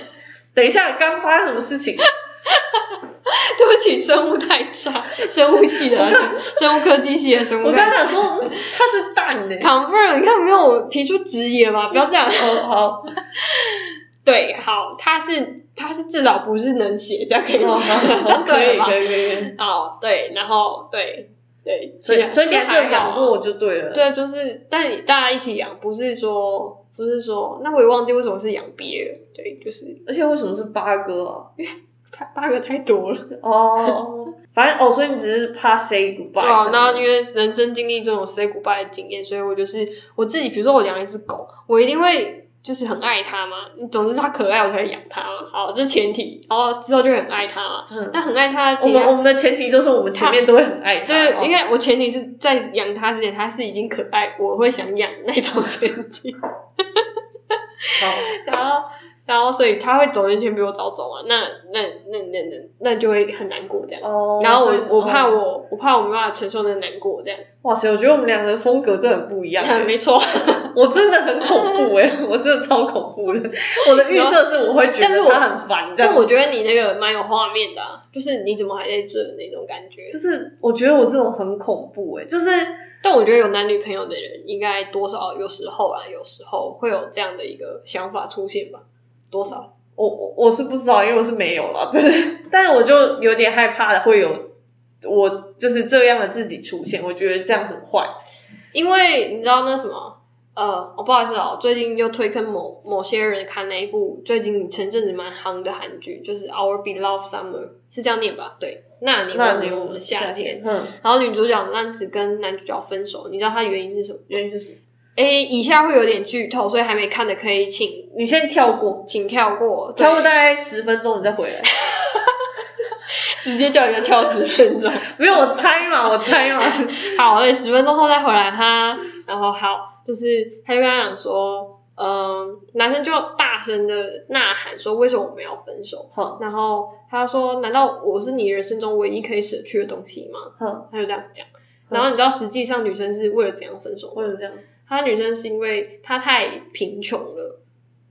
等一下，刚发生什么事情？对不起，起生物太差， 生物系的那 种，生物科技系的生物我太刚差。想说嗯它是蛋的、 confirm，你看没有提出质疑了吧？不要这样。哦， 好， 对，好，他是他是至少不是能写，这样哦可以吗？ 这样 可对以，了吧可？以，可以。哦，对，然后对对，所其以，他所以你还是有就好养过就对了。，对，就是但你大家一起养，不是说不是说，那我也忘记为什么是养鳖了。对，就是而且为什么是八哥啊？太八个太多了。哦，反正哦，所以你只是怕 say goodbye 这对啊样。，那因为人生经历这种 say goodbye 的经验，所以我就是我自己，比如说我养一只狗，我一定会就是很爱它嘛，总之它可爱我才会养它嘛。好，这是前提，然后之后就会很爱它嘛。嗯那很爱它的我前们我提，们的前提就是我们前面都会很爱它。对，因为为我前提是在养它之前，它是已经可爱，我会想养那种前提。 哦然后，然后所以他会走人前比我早走嘛，那那那那那那就会很难过这样。哦，然后所以我我怕哦我我怕我没办法承受那个难过这样。哇塞，我觉得我们两个的风格真的很 不一样。没错，我真的很恐怖哎、 我真的超恐怖的。我的预设是我会觉但得是我他很烦，这但样。我觉得你那个蛮有画面的啊、就是你怎么还在这那种感觉就。是我觉得我这种很恐怖哎、就是但我觉得有男女朋友的人，应该多少有时候啊，有时候会有这样的一个想法出现吧，多少？我我我是不知道，因为我是没有了，但是 但是我就有点害怕会有我就是这样的自己出现，我觉得这样很坏。因为你知道那什么。呃，我、不好意思哦，最近又推坑某某些人看了一部最近前阵子蛮夯的韩剧，就是《Our Beloved Summer》，是这样念吧？对，那你那忘了我们夏天。，嗯，然后女主角烂子跟男主角分手，你知道她原因是什么？原因是什么？诶，以下会有点剧透，所以还没看的可以请你先跳过，请跳过，对跳过大概十分钟，你再回来。 直接叫人家跳十分钟。没有，我猜嘛，我猜嘛。 好，对，十分钟后再回来哈。然后好，就是他就跟他讲说，嗯，男生就大声的呐喊说，为什么我们要分手？好，然后他说，难道我是你人生中唯一可以舍去的东西吗？好，他就这样讲。然后你知道，实际上女生是为了怎样分手为什吗？么这样？她女生是因为她太贫穷了，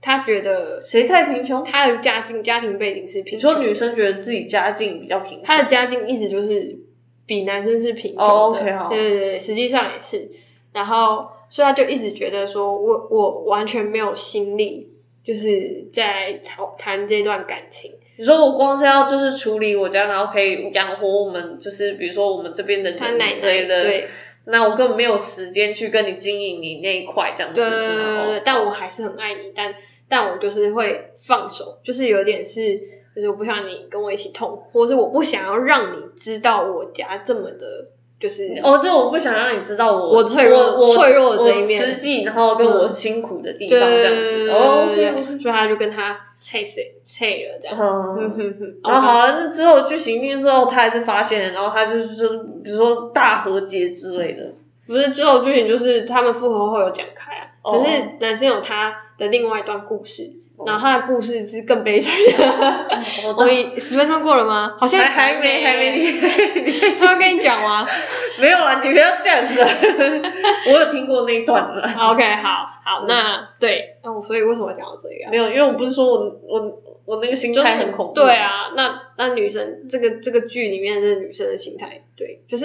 她觉得谁太贫穷？她的家境家庭背景是你贫穷说的，女生觉得自己家境比较贫穷，他的家境一直就是比男生是贫穷的，哦，OK，好对对对，实际上也是。然后，所以他就一直觉得说我我完全没有心力，就是在谈谈这段感情。你说我光是要就是处理我家，然后可以养活我们，就是比如说我们这边的他奶人奶之类的，对那我根本没有时间去跟你经营你那一块这样对子。对是吗对对，但我还是很爱你，但但我就是会放手，就是有点是，就是我不想你跟我一起痛，或是我不想要让你知道我家这么的，就是哦，就我不想让你知道我我脆弱我我脆弱的这一面嗯我实际然后跟我辛苦的地方这样子。哦对对对，OK，对，所以他就跟他切切切了这样。嗯嗯。哼哼，然后好了，那之后剧情定之后，他还是发现了，然后他就是说，比如说大和解之类的，不是这种剧情，就是他们复合后有讲开啊。哦可是男生有他的另外一段故事，然后他的故事是更悲惨的。我们十分钟过了吗？好像哦还还没还没，你你 这会跟你讲吗没有啊，你不要这样子、 啊。我有听过那一段了。好？OK，好好，那对，那我所以为什么要讲到这个啊？没有，因为我不是说我我我那个心就是态很恐怖。对，啊，那那女生这个这个剧里面的女生的心态，对，就是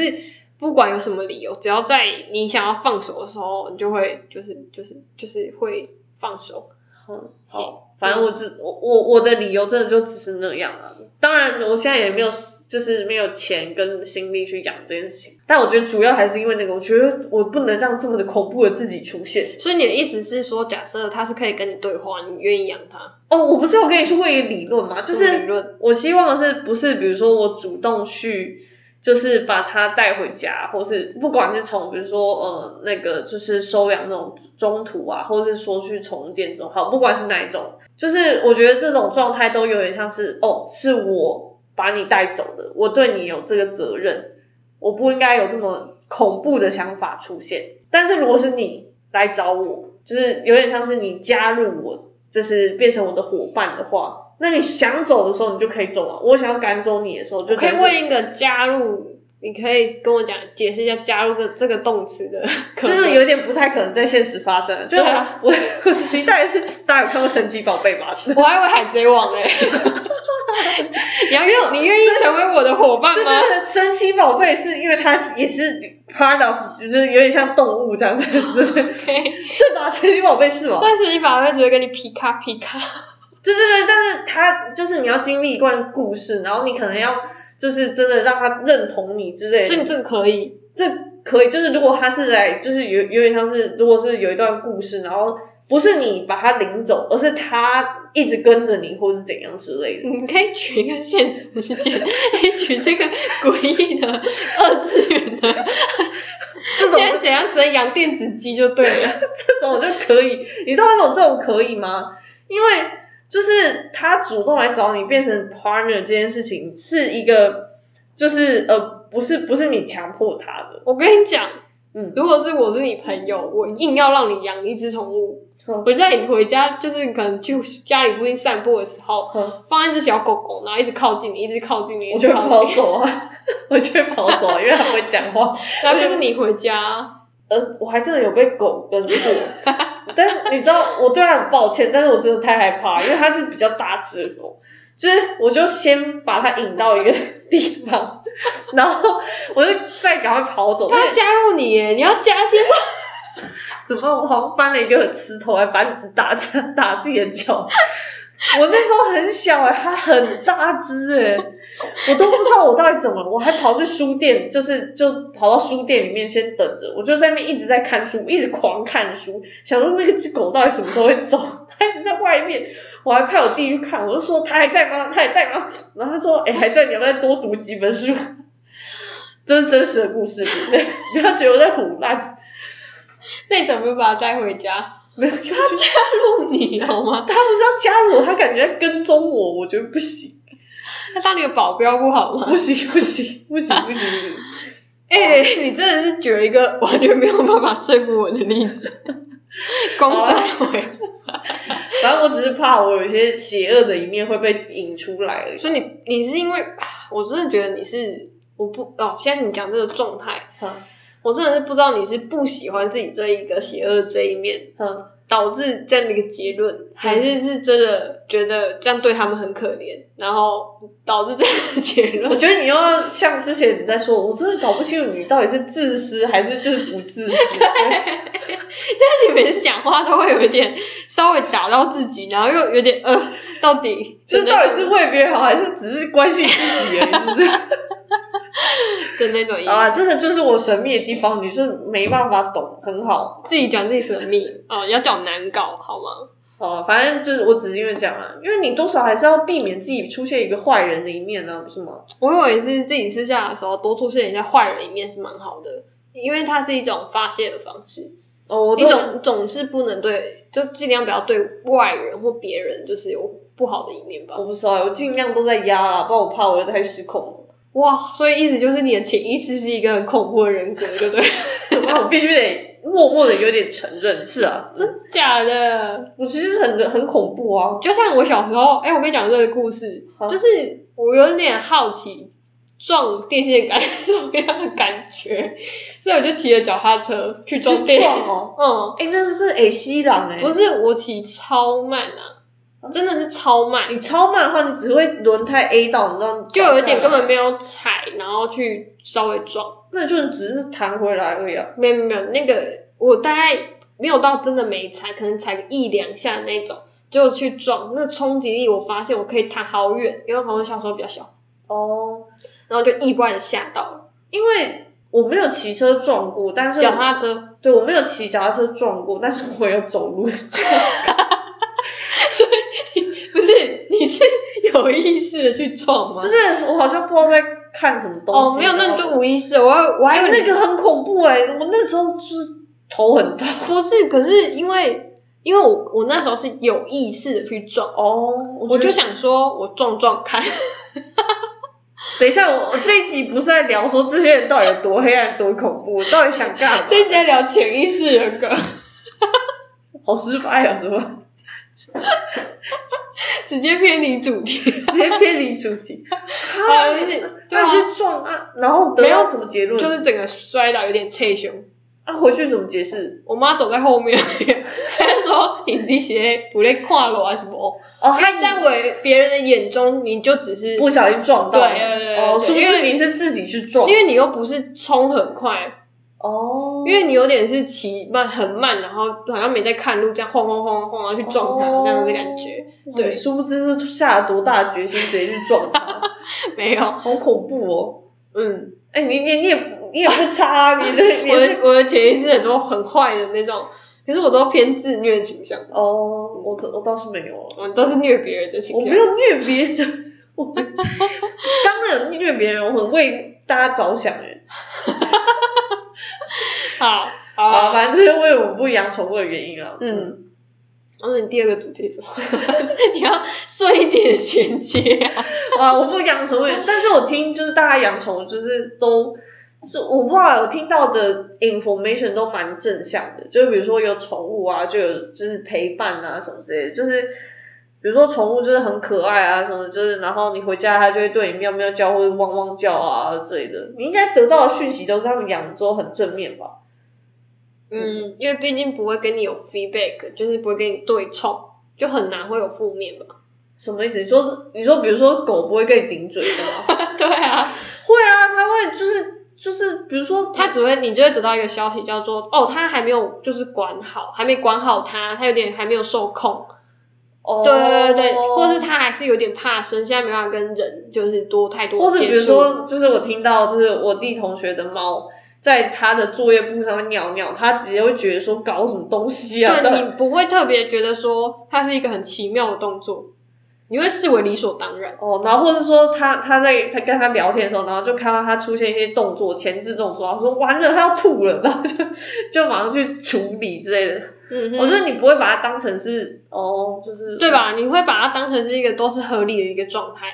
不管有什么理由，只要在你想要放手的时候，你就会就是就是就是会放手。嗯，好，反正我只我我我的理由真的就只是那样啊。当然，我现在也没有就是没有钱跟心力去养这件事情，但我觉得主要还是因为那个，我觉得我不能让这么的恐怖的自己出现。所以你的意思是说，假设他是可以跟你对话，你愿意养他，哦，我不是有跟你说过一个理论吗？就什么理是论我希望是不是，比如说我主动去，就是把它带回家，或是不管是从比如说呃那个就是收养那种中途啊，或是说去宠物店中，好，不管是哪一种，就是我觉得这种状态都有点像是哦，是我把你带走的，我对你有这个责任，我不应该有这么恐怖的想法出现。但是如果是你来找我，就是有点像是你加入我，就是变成我的伙伴的话，那你想走的时候你就可以走啊。我想要赶走你的时候就我可以等于是问一个加入，你可以跟我讲解释一下加入这这个动词的 可就能，是有点不太可能在现实发生。就是对啊我 我我期待的是大家有看过神奇宝贝吗？ 我还以为海贼王嘞、你要愿你愿意成为我的伙伴吗？神奇宝贝是因为它也是 part of，就是有点像动物 这样子，就是是吧？神奇宝贝是吗？但是你宝贝只会跟你皮卡皮卡，对对对，但是它就是你要经历一段故事，然后你可能要就是真的让它认同你之类的，所以你这个可以。这可以，就是如果他是来，就是有有点像是，如果是有一段故事，然后不是你把他领走，而是他一直跟着你，或是怎样之类的。你可以举一个现实事件， 可以举这个诡异的二次元的，这种现在怎样只能养电子鸡就对了。这种我就可以，你知道为什么这种可以吗？因为就是他主动来找你变成 partner 这件事情是一个，就是呃，不是不是你强迫他的，我跟你讲，嗯，如果是我是你朋友，我硬要让你养一只宠物，嗯我叫你回家，就是可能去家里附近散步的时候，嗯放一只小狗狗，然后一直靠近你，一直靠近你，我一就直会靠跑近你，走啊， 我就会跑走啊，因为他不会讲话。然后就是你回家，呃，我还真的有被狗跟过，但是你知道我对它很抱歉，但是我真的太害怕，因为它是比较大只的狗，就是我就先把它引到一个地方，然后我就再赶快跑走，因为它加入你耶，你要加接受。怎么办我好像搬了一个石头来把你打成打自己的脚， 我那时候很小哎、它很大只哎、 我都不知道我到底怎么了，我还跑去书店，就是就跑到书店里面先等着，我就在那边一直在看书，一直狂看书，想说那个只狗到底什么时候会走， 它一直在外面，我还派我弟去看，我就说它还在吗？它还在吗？然后他说哎、还在，你要不要再多读几本书？ 这是真实的故事，不对，不要觉得我在胡乱， 那你怎么没有把它带回家？没有要去加入你好吗？他不是要加入我，他感觉在跟踪我，我觉得 不行，它当你的保镖不好吗？不行，不行，不行，不行，不行。哎、你真的是举了一个 完全没有办法说服我的例子， 公三回，反正我只是怕我有一些邪恶的一面会被引出来而已。所以你你是因为，啊我真的觉得你是我不哦，现在你讲这个状态，哼我真的是不知道你是不喜欢自己这一个邪恶这一面，哼，导致这样的一个结论，还是是真的觉得这样对他们很可怜，然后导致这样的结我 论。觉得你又要像之前你在说，我真的搞不清楚你到底是自私还是就是不 自私。但你每次讲话都会有一点稍微打到自己，然后又有点呃，到底 就是到底是为别人好，还是只是关心自己而已，是不是？的那种意思。啊，这个就是我神秘的地方，你是没办法懂，很好。自己讲自己神秘哦，要讲难搞好吗？哦，反正就是我只是因为这样啊，因为你多少还是要避免自己出现一个坏人的一面啊呢、不是吗？我以为是自己私下的时候多出现一下坏人一面是蛮好的，因为它是一种发泄的方式。哦，我你都总总是不能对，就尽量不要对外人或别人就是有不好的一面吧。我不知道，我尽量都在压啦，不然我怕我太失控了。 哇，所以意思就是你的潜意识是一个很恐怖的人格，对不对？怎么办？我必须得默默的有点承认，是啊，这 真假的？我其实很很恐怖啊。就像我小时候，哎、我跟你讲这个故事，好就是我有点好奇撞电线杆 是什么样的感觉，所以我就骑着脚踏车去撞电去线。撞哦，嗯，哎、那是诶西朗哎，不是我骑超慢啊，真的是超慢，你超慢的话，你只会轮胎 A 到，你知道？就有一点根本，没有踩，然后去稍微撞。那就只是弹回来而已啊。没有没有，那个我大概没有到真的没踩，可能踩个一两下那种，就去撞，那冲击力我发现我可以弹好远，因为可能小时候比较小，哦，然后就意外的吓到了因为我没有骑车撞过，但是脚踏车，对，我没有骑脚踏车撞过，但是我有走 路。 不是你是有意识的去撞吗？就是我好像不知道在看什么东西。哦，没有，那你就然后无意识，我还我还哎以为那你个很恐怖哎、我那时候就是头 很痛。不是，可是因为因为我我那时候是有意识的去撞。哦，我就觉得想说，我撞撞 看，等一下，我我这一集不是在聊说这些人到底有多黑暗、多恐怖，到底想干嘛？这直接聊潜意识人格，好失败啊，怎 么直接偏离主题。直接偏离主题？啊，啊，就是对那啊，你去撞啊，然后得没到有什么结论？就是整个摔倒有点侧胸。啊，回去怎么解释？我妈走在后面，她就说你你鞋不会跨落啊什么？哦，哦，他在为别人的眼中，你就只是不小心撞到，对对对对哦，对殊不因知为你是自己去撞，因为你又不是冲很快，哦，因为你有点是骑慢很慢，然后好像没在看路，这样晃晃晃晃晃，然后去撞他、哦那样的感觉。哇对你殊不知是下了多大的决心直接去撞他， 没有，好恐怖哦！嗯，哎、你你你也你也不差、啊，你这你我也是的我的潜意识很多很坏的那种，可是我都偏自虐倾向，哦，我我倒是没有了，我都是虐别人的倾我向。没有虐别人， 我刚刚有虐别人，我很为大家着想哎。好，好啊，啊，反正就是为我们不养宠物的原因啊。嗯。然后你第二个主题是什么？ 你要顺一点衔接啊。 啊，我不养宠物，但是我听就是大家养宠物就是都。是我不知道，我听到的 information 都蛮正向的，就是比如说有宠物啊，就有就是陪伴啊什么之类的，就是比如说宠物就是很可爱啊什么的，就是然后你回家它就会对你喵喵叫或者汪汪叫啊之类的，你应该得到的讯息都是他们养之后很正面吧？嗯，因为毕竟不会跟你有 feedback，就是不会跟你对冲，就很难会有负面吧。什么意思？你说你说比如说狗不会跟你顶嘴的吗？对啊，会啊，它会就是就是比如说他只会，你就会得到一个消息，叫做哦，他还没有就是管好，还没管好他，他有点还没有受控，哦对对对对，或者是他还是有点怕生，现在没办法跟人就是多太多或是接比触，如说，就是我听到，就是我弟同学的猫在他的作业簿上面尿尿，他直接会觉得说搞什么东西 啊？对你不会特别觉得说它是一个很奇妙的动作，你会视为理所当然。哦，然后或是说他他在他跟他聊天的时候，然后就看到他出现一些动作，前置动作，然后说完了他要吐了，然后就就马上去处理之类的。嗯我哼，觉得你不会把它当成是哦，就是对？吧？你会把它当成是一个都是合理的一个状态，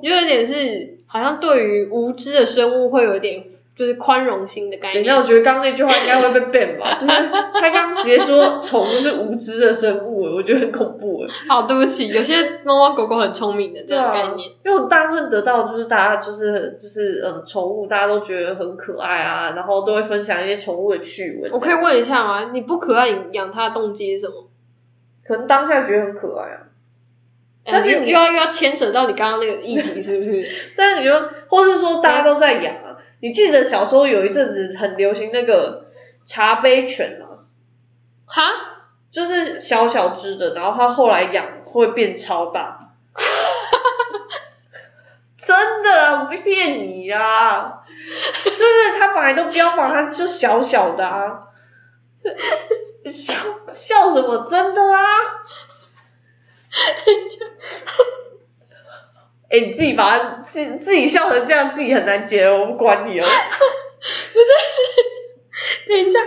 就有点是好像对于无知的生物会有点就是宽容心的概等念。一下，我觉得刚刚那句话应该会被 ban 吧？就是他刚刚直接说宠物是无知的生物，我觉得很恐怖哎。 好，对不起，有些猫猫狗狗很聪明的这对种啊，概念。因为我大部分得到的就是大家就是就是嗯，宠物大家都觉得很可爱啊，然后都会分享一些宠物的趣闻。我可以问一下吗？你不可爱，你养它的动机是什么？可能当下觉得很可爱啊，但是呃你又要又要牵扯到你刚刚那个议题，是不 是？但是你就或是说大家都在养啊，你记得小时候有一阵子很流行那个茶杯犬啊，哈，就是小小只的，然后它后来养会变超大。 真的啊，我不骗你啊！就是它本来都标榜它就小小的啊，笑笑什么？真的啊！哎、你自己把它自己自己笑成这样，自己很难解，我不管你哦。等一下，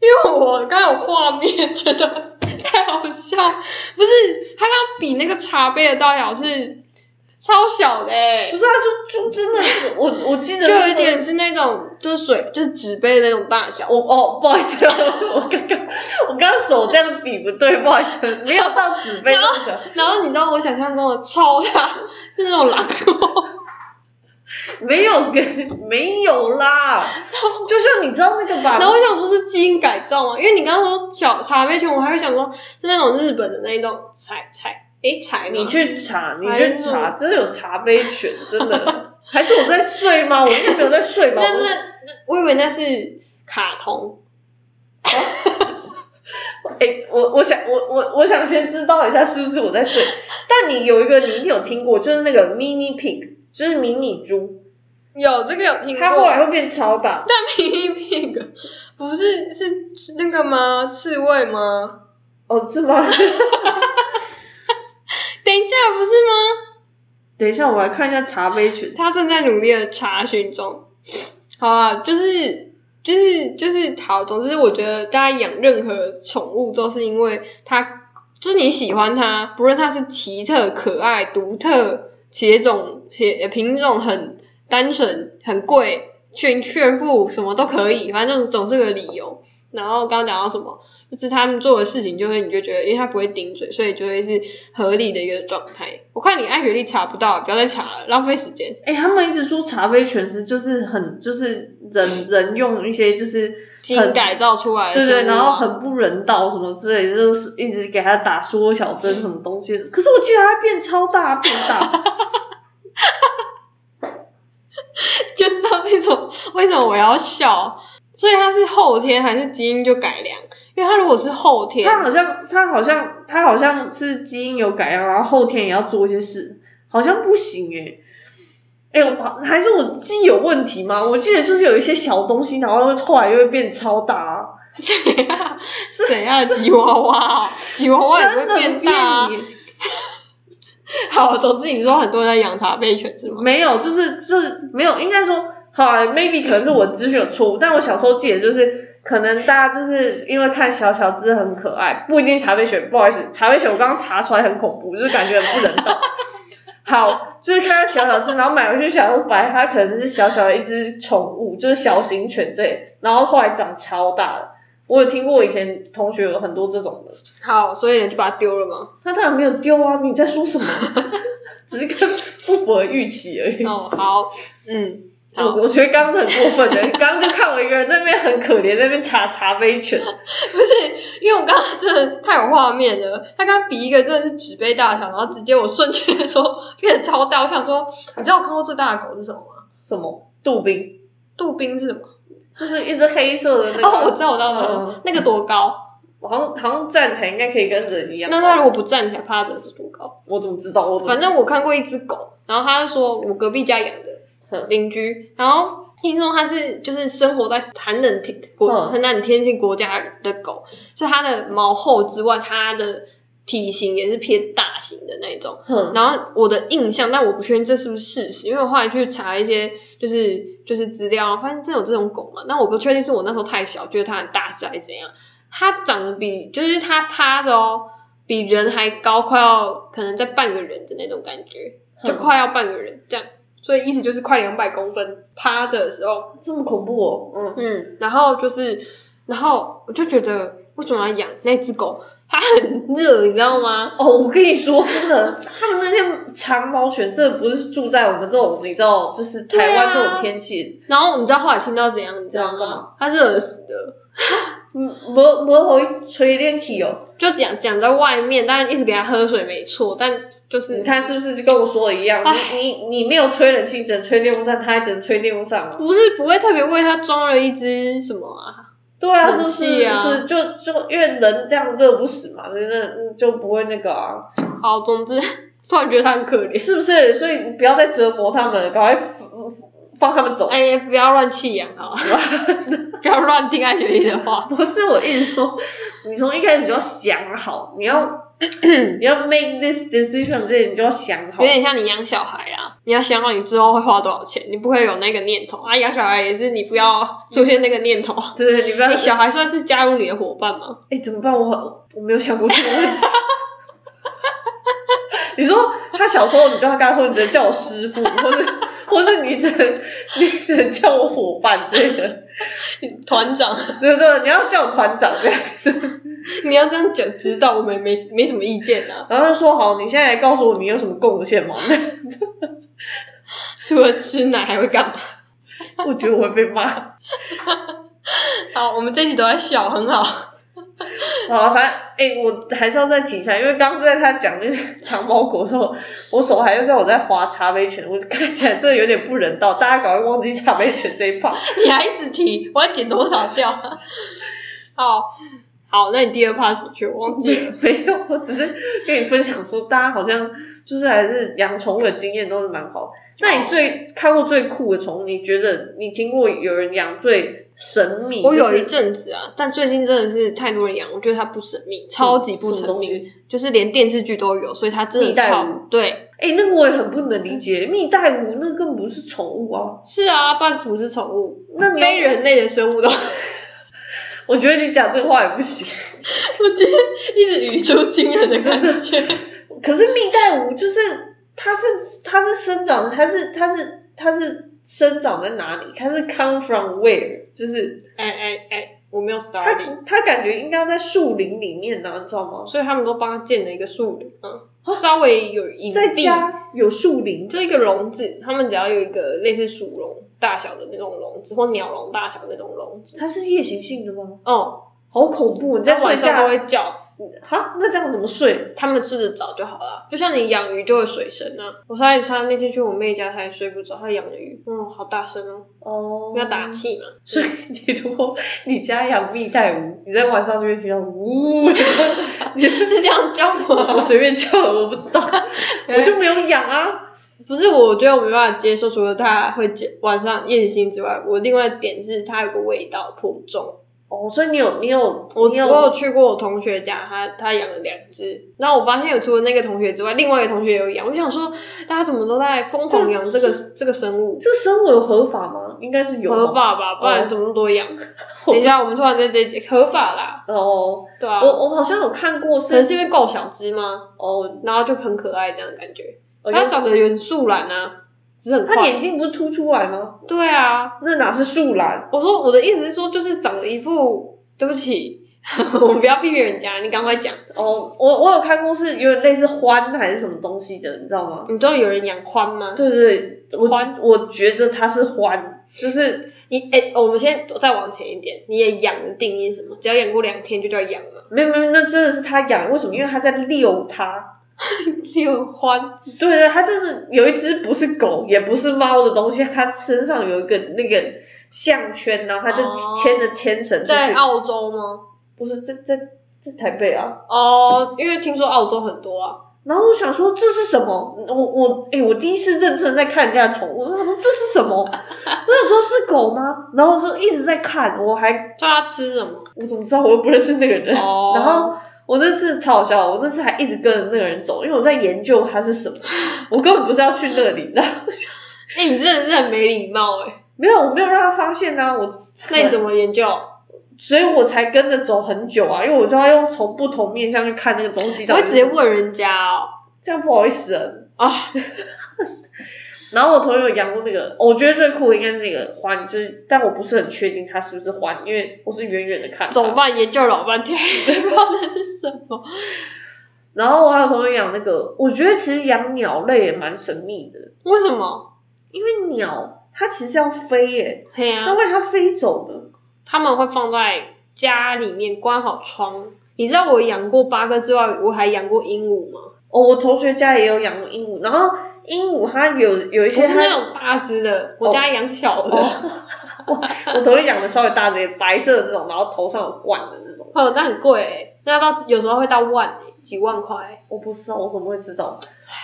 因为我刚刚有画面，觉得太好笑。不是，它要比那个茶杯的大小是超小的、欸不，是啊，就就真的是，我我记得就那有个一点是那种就是水就是纸杯的那种大小。我哦，不好意思， 我刚刚我刚刚手这样比不对，不好意思，没有到纸杯那么小。然后你知道我想象中的超大是那种狼狗，没有跟没有啦，就像你知道那个吧，然后我想说是基因改造嘛，因为你刚刚说小茶杯犬，我还会想说是那种日本的那一种柴柴诶柴吗你去查，你还去是查，真的有茶杯犬，真 的。还是我在睡吗？我应该没有在睡吧？那那我那我以为那是卡通，哎、我我想我我我想先知道一下是不是我在睡。但你有一个你一定有听过，就是那个 mini pig，就是迷你猪，有这个有听它后 来会变超大。 Pig Pig 不是是那个吗？刺猬吗？哦，是吗？等一下，不是吗？等一下，我来看一下茶杯犬。他正在努力的查询中。好啊，就是就是就是好，总之我觉得大家养任何宠物都是因为它，就是你喜欢它，不论它是奇特、可爱、独特、血种、血品种很单纯、很贵、炫炫富什么都可以，反正总是个理由。然后刚刚讲到什么？就是他们做的事情，就会你就觉得，因为他不会顶嘴，所以就会是合理的一个状态。我看你爱学历查不到，不要再查了，浪费时间。哎、他们一直说茶杯犬是就是很就是人人用一些就是基因改造出来的对生物啊，对，然后很不人道什么之类的，就是一直给他打缩小针什么东西的。可是我记得他变超大，变大， 就知道那种为什么 我要笑。所以它是后天还是基因就改良？因为它如果是后天， 他好像他好像他好像是基因有改良，然后后天也要做一些事，好像不行诶、欸。哎、我还是我记忆有问题吗？我记得就是有一些小东西，然后后来又会变超大、啊，谁呀？谁呀？吉娃娃哦，吉娃娃也真会的变大啊。变 好，总之你说很多人在养茶杯犬是吗？没有，就是就是没有，应该说，好啊，maybe 可能是我资讯有错误，但我小时候记得就是，可能大家就是因为看小小只很可爱，不一定茶杯犬，不好意思，茶杯犬我刚刚查出来很恐怖，就是感觉很不人道。好，就是看它小小只，然后买回去想说，本来它可能是小小的一只宠物，就是小型犬这类，然后后来长超大了。我有听过，以前同学有很多这种的，好，所以你就把它丢了吗？他当然没有丢啊！你在说什么？ 只是跟不符合预期而已。哦，好，嗯，好 我，我觉得刚刚很过分的，刚刚就看我一个人在那边很可怜，在那边查茶杯犬，不是，因为我刚刚真的太有画面了。他刚刚比一个真的是纸杯大小，然后直接我瞬间说变得超大。我想说，你知道我看过最大的狗是什么吗？什么杜宾，杜宾是什么？就是一只黑色的那个。哦，我知道，我知道，我知道嗯那个多高？我好像好像站起来应该可以跟人一样。哦那它如果不站起来趴着是多高？我怎么知道？我怎么反正我看过一只狗，然后他就说我隔壁家养的嗯邻居，然后。听说它是就是生活在寒冷天国嗯很冷天气国家的狗，所以它的毛厚之外，它的体型也是偏大型的那种。哼然后我的印象，但我不确定这是不是事实，因为我后来去查一些就是就是资料，发现真有这种狗嘛。但我不确定是我那时候太小，觉得它很大只还是怎样。它长得比就是它趴着哦，比人还高，快要可能在半个人的那种感觉，就嗯快要半个人这样。所以意思就是快两百公分趴着的时候，这么恐怖哦，嗯，嗯，然后就是，然后我就觉得为什么要养那只狗？它很热，你知道吗？哦，我跟你说，真的，他们那些长毛犬真的不是住在我们这种你知道，就是台湾这对啊种天气，然后你知道后来听到怎样，你知道怎样干嘛吗？他热死的，嗯，没没好吹练气哦。就讲讲在外面，当然一直给他喝水没错，但就是啊你看是不是就跟我说的一样？唉你你你没有吹冷气，只能吹电风扇，他还只能吹电风扇吗？不是不会特别为他装了一只什么啊？对啊，是冷不气是？啊是就就因为人这样热不死嘛，所以那嗯就不会那个啊，好，总之突然觉得他很可 怜。是不是？所以你不要再折磨他们了，赶快放放他们走。哎呀，不要乱弃养 啊！不要乱听艾雪莉的话。 不是我一直说，你从一开始就要想好，你要 你要 make this decision 这些，你就要想好有。点像你养小孩啊，你要想好你之后会花多少钱，你不会有那个念头啊。养小孩也是你不要出现那个念头。对对，你不要你小孩算是加入你的伙伴吗？哎、怎么办？我好我没有想过这个 问题。你说他小时候，你就要跟他说，你只能叫我师傅，或者或是 你只能你只能叫我伙伴之类的，团长， 对不对？你要叫我团长这样子， 你要这样讲，知道我们没没什么意见啊，然后就说好，你现在来告诉我你有什么贡献吗？ 除了吃奶还会干嘛？ 我觉得我会被骂。好，我们这集都在笑，很好。 好啊，反正哎、我还是要再提一下，因为刚刚在他讲那个长毛狗的时候，我手还在我在划茶杯犬，我看起来真的有点不人道，大家赶快忘记茶杯犬这 一 part。你还一直提，我要剪多少掉 啊？好好，那你第二 part 什么去？我忘记了。没有，我只是跟你分享说，大家好像就是还是养宠物的经验都是蛮好的。那你最看过最酷的宠物，你觉得你听过有人养最神秘？我有一就是阵子啊，但最近真的是太多人养，我觉得它不神秘，超级不什神么东秘，西。就是连电视剧都有，所以它真的蜜袋超鼯对。哎、那个我也很不能理解，蜜袋鼯那更不是宠物啊。是啊，不然什么是宠物？那你要非人类的生物都， 我我觉得你讲这话也不行。今天一直语出惊人的感 觉。可是蜜袋鼯就是它是它是生长，它是它是它是生长在哪里？它是 come from where？就是哎哎哎，我没有 s t a r 它 t i 它感觉应该在树林里面呢、你知道吗？所以他们都帮他建了一个树林，嗯，稍微有隐啊在蔽，家有树林，就一个笼子，他们只要有一个类似鼠笼，大小的那种笼子，或鸟笼大小的那种笼子。它是夜行性的吗？哦，好恐怖！你在在睡晚上都觉会叫，哈？那这样怎么睡？他们吃得早就好了。就像你养鱼就会水声啊。我上一次那天去我妹家，她也睡不着，她养的鱼，嗯，好大声哦，哦要打。气嘛。 所以你如果你家养蜜袋鼯，你在晚上就会听到呜， 你是这样叫 我吗？随便叫的，我 不知道，我就没有养啊。不是，我觉得我没办法接受，除了它会叫晚上夜行之外，我另外一点是它有个味道颇重。哦，所以你有你有我你我有有去过我同学家，他他养了两只，然后我发现有除了那个同学之外，另外一个同学也有养。我想说，大家怎么都在疯狂养这个这个生物，这生物有合法吗？哦应该是有吧合法吧？不然怎么那么多 养？等一下，我们突然在这一集合法啦，哦。对啊，我我好像有看过可能是是因为够小只吗？哦，然后就很可爱这样的感觉。哦它长得有点树懒啊，只是很它快。眼睛不是凸出来吗？对啊，那哪是树懒？我说我的意思是说，就是长了一副，对不起， 我们不要批评人家，你赶快讲。哦，我我有看过是有点类似獾还是什么东西的，你知道吗？你知道有人养獾吗？对对对，我獾我觉得它是獾，就是你哎、我们先再往前一点，你也养的定义是什么？只要养过两天就叫养 嘛？没有没有，那真的是它养，为什么？因为它在遛它。六欢对对，它就是有一只不是狗也不是猫的东西，它身上有一个那个项圈，然后它就哦牵着牵绳出去。在澳洲吗？不是在在在台北啊。哦，因为听说澳洲很多啊。然后我想说这是什么？我我哎、我第一次认真在看人家的宠物，我想说这是 什么？我想说是狗吗？然后我说一直在看，我还叫它吃什 么？我怎么知道我又不认识那个人？哦，然后我那次超好笑，我那次还一直跟着那个人走，因为我在研究它是什么，我根本不是要去那里的。 哎、你真的是很没礼貌哎、没有，我没有让他发现啊，我那你怎么研究？所以我才跟着走很久啊，因为我就要用从不同面向去看那个东西我到底会是直什接么。问人家哦。这样不好意思啊。啊， 然后我朋友有养过那个，我觉得最酷的应该是那个獾，就是但我不是很确定它是不是獾，因为我是远远的看它走半研究老半天， 不知道那是什么。然后我还有朋友养那个，我觉得其实养鸟类也蛮神秘的，为什么？因为鸟它其实要飞耶、嘿那呀、万一它飞走呢？他们会放在家里面关好窗。你知道我养过八哥之外，我还养过鹦鹉吗？哦，我同学家也有养过鹦鹉，然后鹦鹉它有有一些不是它那种大只的，我家养小的。哦， 我头里养的稍微大只，白色的那种，然后头上有冠的那种。哦，那很贵、欸，那到有时候会到万、欸、几万块、我不知道，我怎么会知道？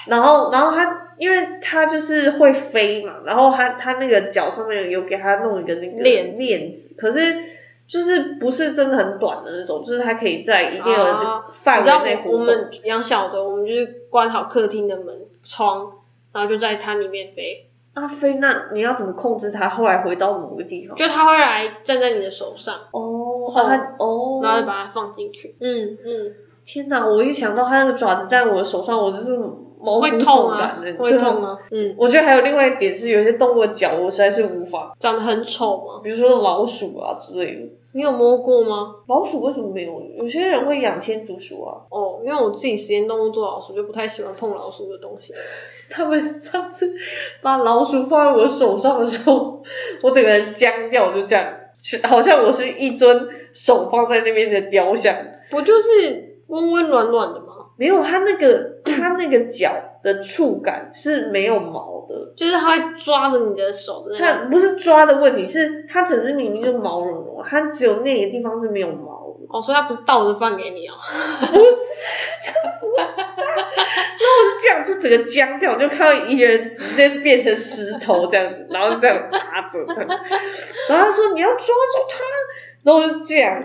然后，然后它，因为它就是会飞嘛，然后它它那个脚上面有给它弄一个那个链链子，可是就是不是真的很短的那种，就是它可以在一定啊的欸。范你围知道内我活我动。们养小的，我们就是关好客厅的门窗，然后就在它里面飞，啊飞，那你要怎么控制它后来回到某个地方？就它会来站在你的手上，哦，啊它哦，然后就把它放进去。嗯嗯，天哪！我一想到它那个爪子在我的手上，我就是毛骨会痛悚然啊的，，会对啊痛啊。嗯，我觉得还有另外一点是，有些动物的脚我实在是无法，长得很丑吗？比如说老鼠啊之类的。你有摸过吗？老鼠为什么没有？有些人会养天竺鼠啊。哦，因为我自己实验动物做老鼠，就不太喜欢碰老鼠的东西。他们上次把老鼠放在我手上的时候， 我整个人僵掉，我就这样，好像我是一尊手放在那边的雕像。不就是温温暖暖的吗？没有，它那个它那个脚的触感是没有毛的，就是它会抓着你的手的那种。它不是抓的问题，是它整只明明就毛茸茸，它只有那个地方是没有毛的。哦，所以它不是倒着放给你哦。不是，这不是、啊。然后我就这样，就整个僵掉，我就看到一个人直接变成石头这样子，然后这样拿着这样，然后他说你要抓住他，然后我就这样，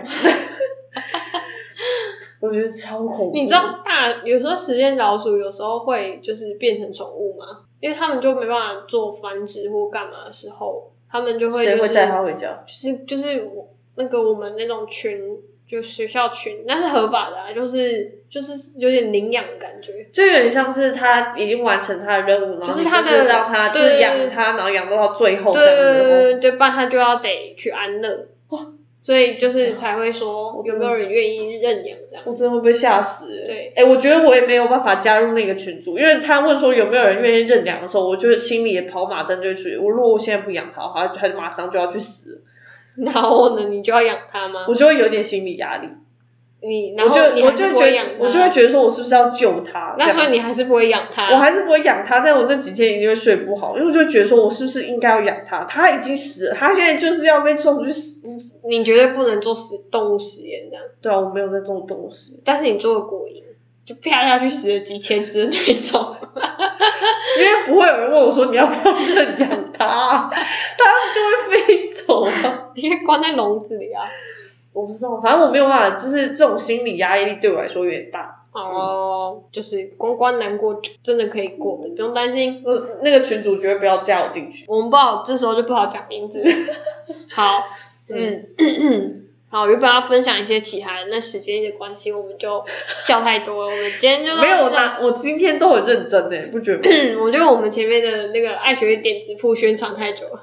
我觉得超恐怖。你知道大有时候实验老鼠有时候会就是变成宠物吗？因为他们就没办法做繁殖或干嘛的时候，他们就会就谁是会带他回家？就是就是我那个我们那种群。就学校群，那是合法的啊，就是就是有点领养的感觉，就有点像是他已经完成他的任务，然后就是你他的是让他就对是养他，然后养到到最后对哦这样对子。对对，不然它就要得去安乐，所以就是才会说我有真没的有人愿意认养这样。我真的会被吓死、欸。对，哎、我觉得我也没有办法加入那个群组，因为他问说有没有人愿意认养的时候，我就是心里的跑马灯就去，我如果我现在不养它，它它马上就要去死了，然后呢，你就要养它吗？我就会有点心理压力，你然我后就你我还就是会不觉会养得，我就会它，觉得说我是不是要救它？那这样所以你还是不会养它。我还是不会养它，但我那几天一定会睡不好，因为我就觉得说我是不是应该要养它？它已经死了，它现在就是要被送去死。你绝对不能做实动物实验这样，对啊，我没有在做东西，但是你做了果蝇，就啪下去死了几千只的那 种。因为不会有人问我说你要不要 认养它，它就会飞走啊。你可以关在笼子里啊。我不知道，反正我没有办法，就是这种心理压力对我来说有点大。哦，就是关关难过，真的可以过的，不用担心。我那个群主绝对不要加我进去。我们不好，这时候就不好讲名 字。好，嗯，好，原本要分享一些其他的，那时间的关系，我们就笑太多了。我们今天就到没有，我这拿我今天都很认真诶，不觉得吗？ 我觉得我们前面的那个爱学点子铺宣传太久 了，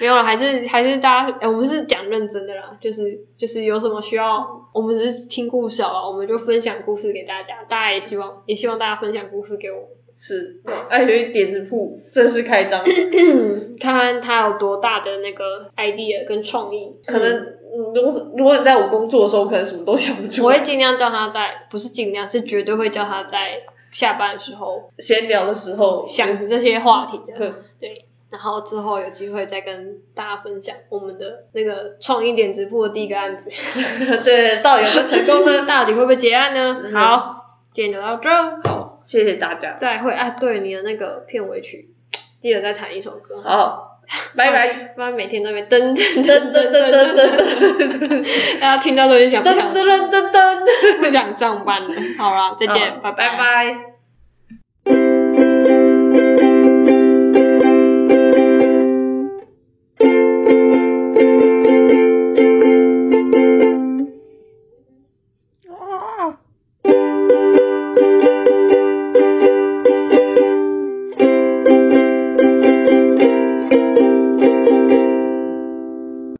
没有了，还是还是大家、呃我们是讲认真的啦，就是就是有什么需要，我们只是听故事啊，我们就分享故事给大家，大家也希望也希望大家分享故事给我 是，嗯哎，有一点子铺正式开张，们， 看看他有多大的那个 idea 跟创意，可能嗯如果如果你在我工作的时候，可能什么都想不我出来会。尽量叫他在，不是尽量，是绝对会叫他在下班的时候闲聊的时候 想这些话题的。嗯然后之后有机会再跟大家分享我们的那个创意点直播的第一个案 子，对，到底有没有成功呢？到底会不会结案呢？嗯好，今天就到这儿，好， 谢谢大家，再会啊！对你的那个片尾曲，记得再弹一首歌，好，拜拜。不然每天在那边噔噔噔噔噔噔噔噔噔噔，噔 噔大家 听到都已经想不噔想噔噔噔，不想上班了。好啦，再见，好拜拜拜。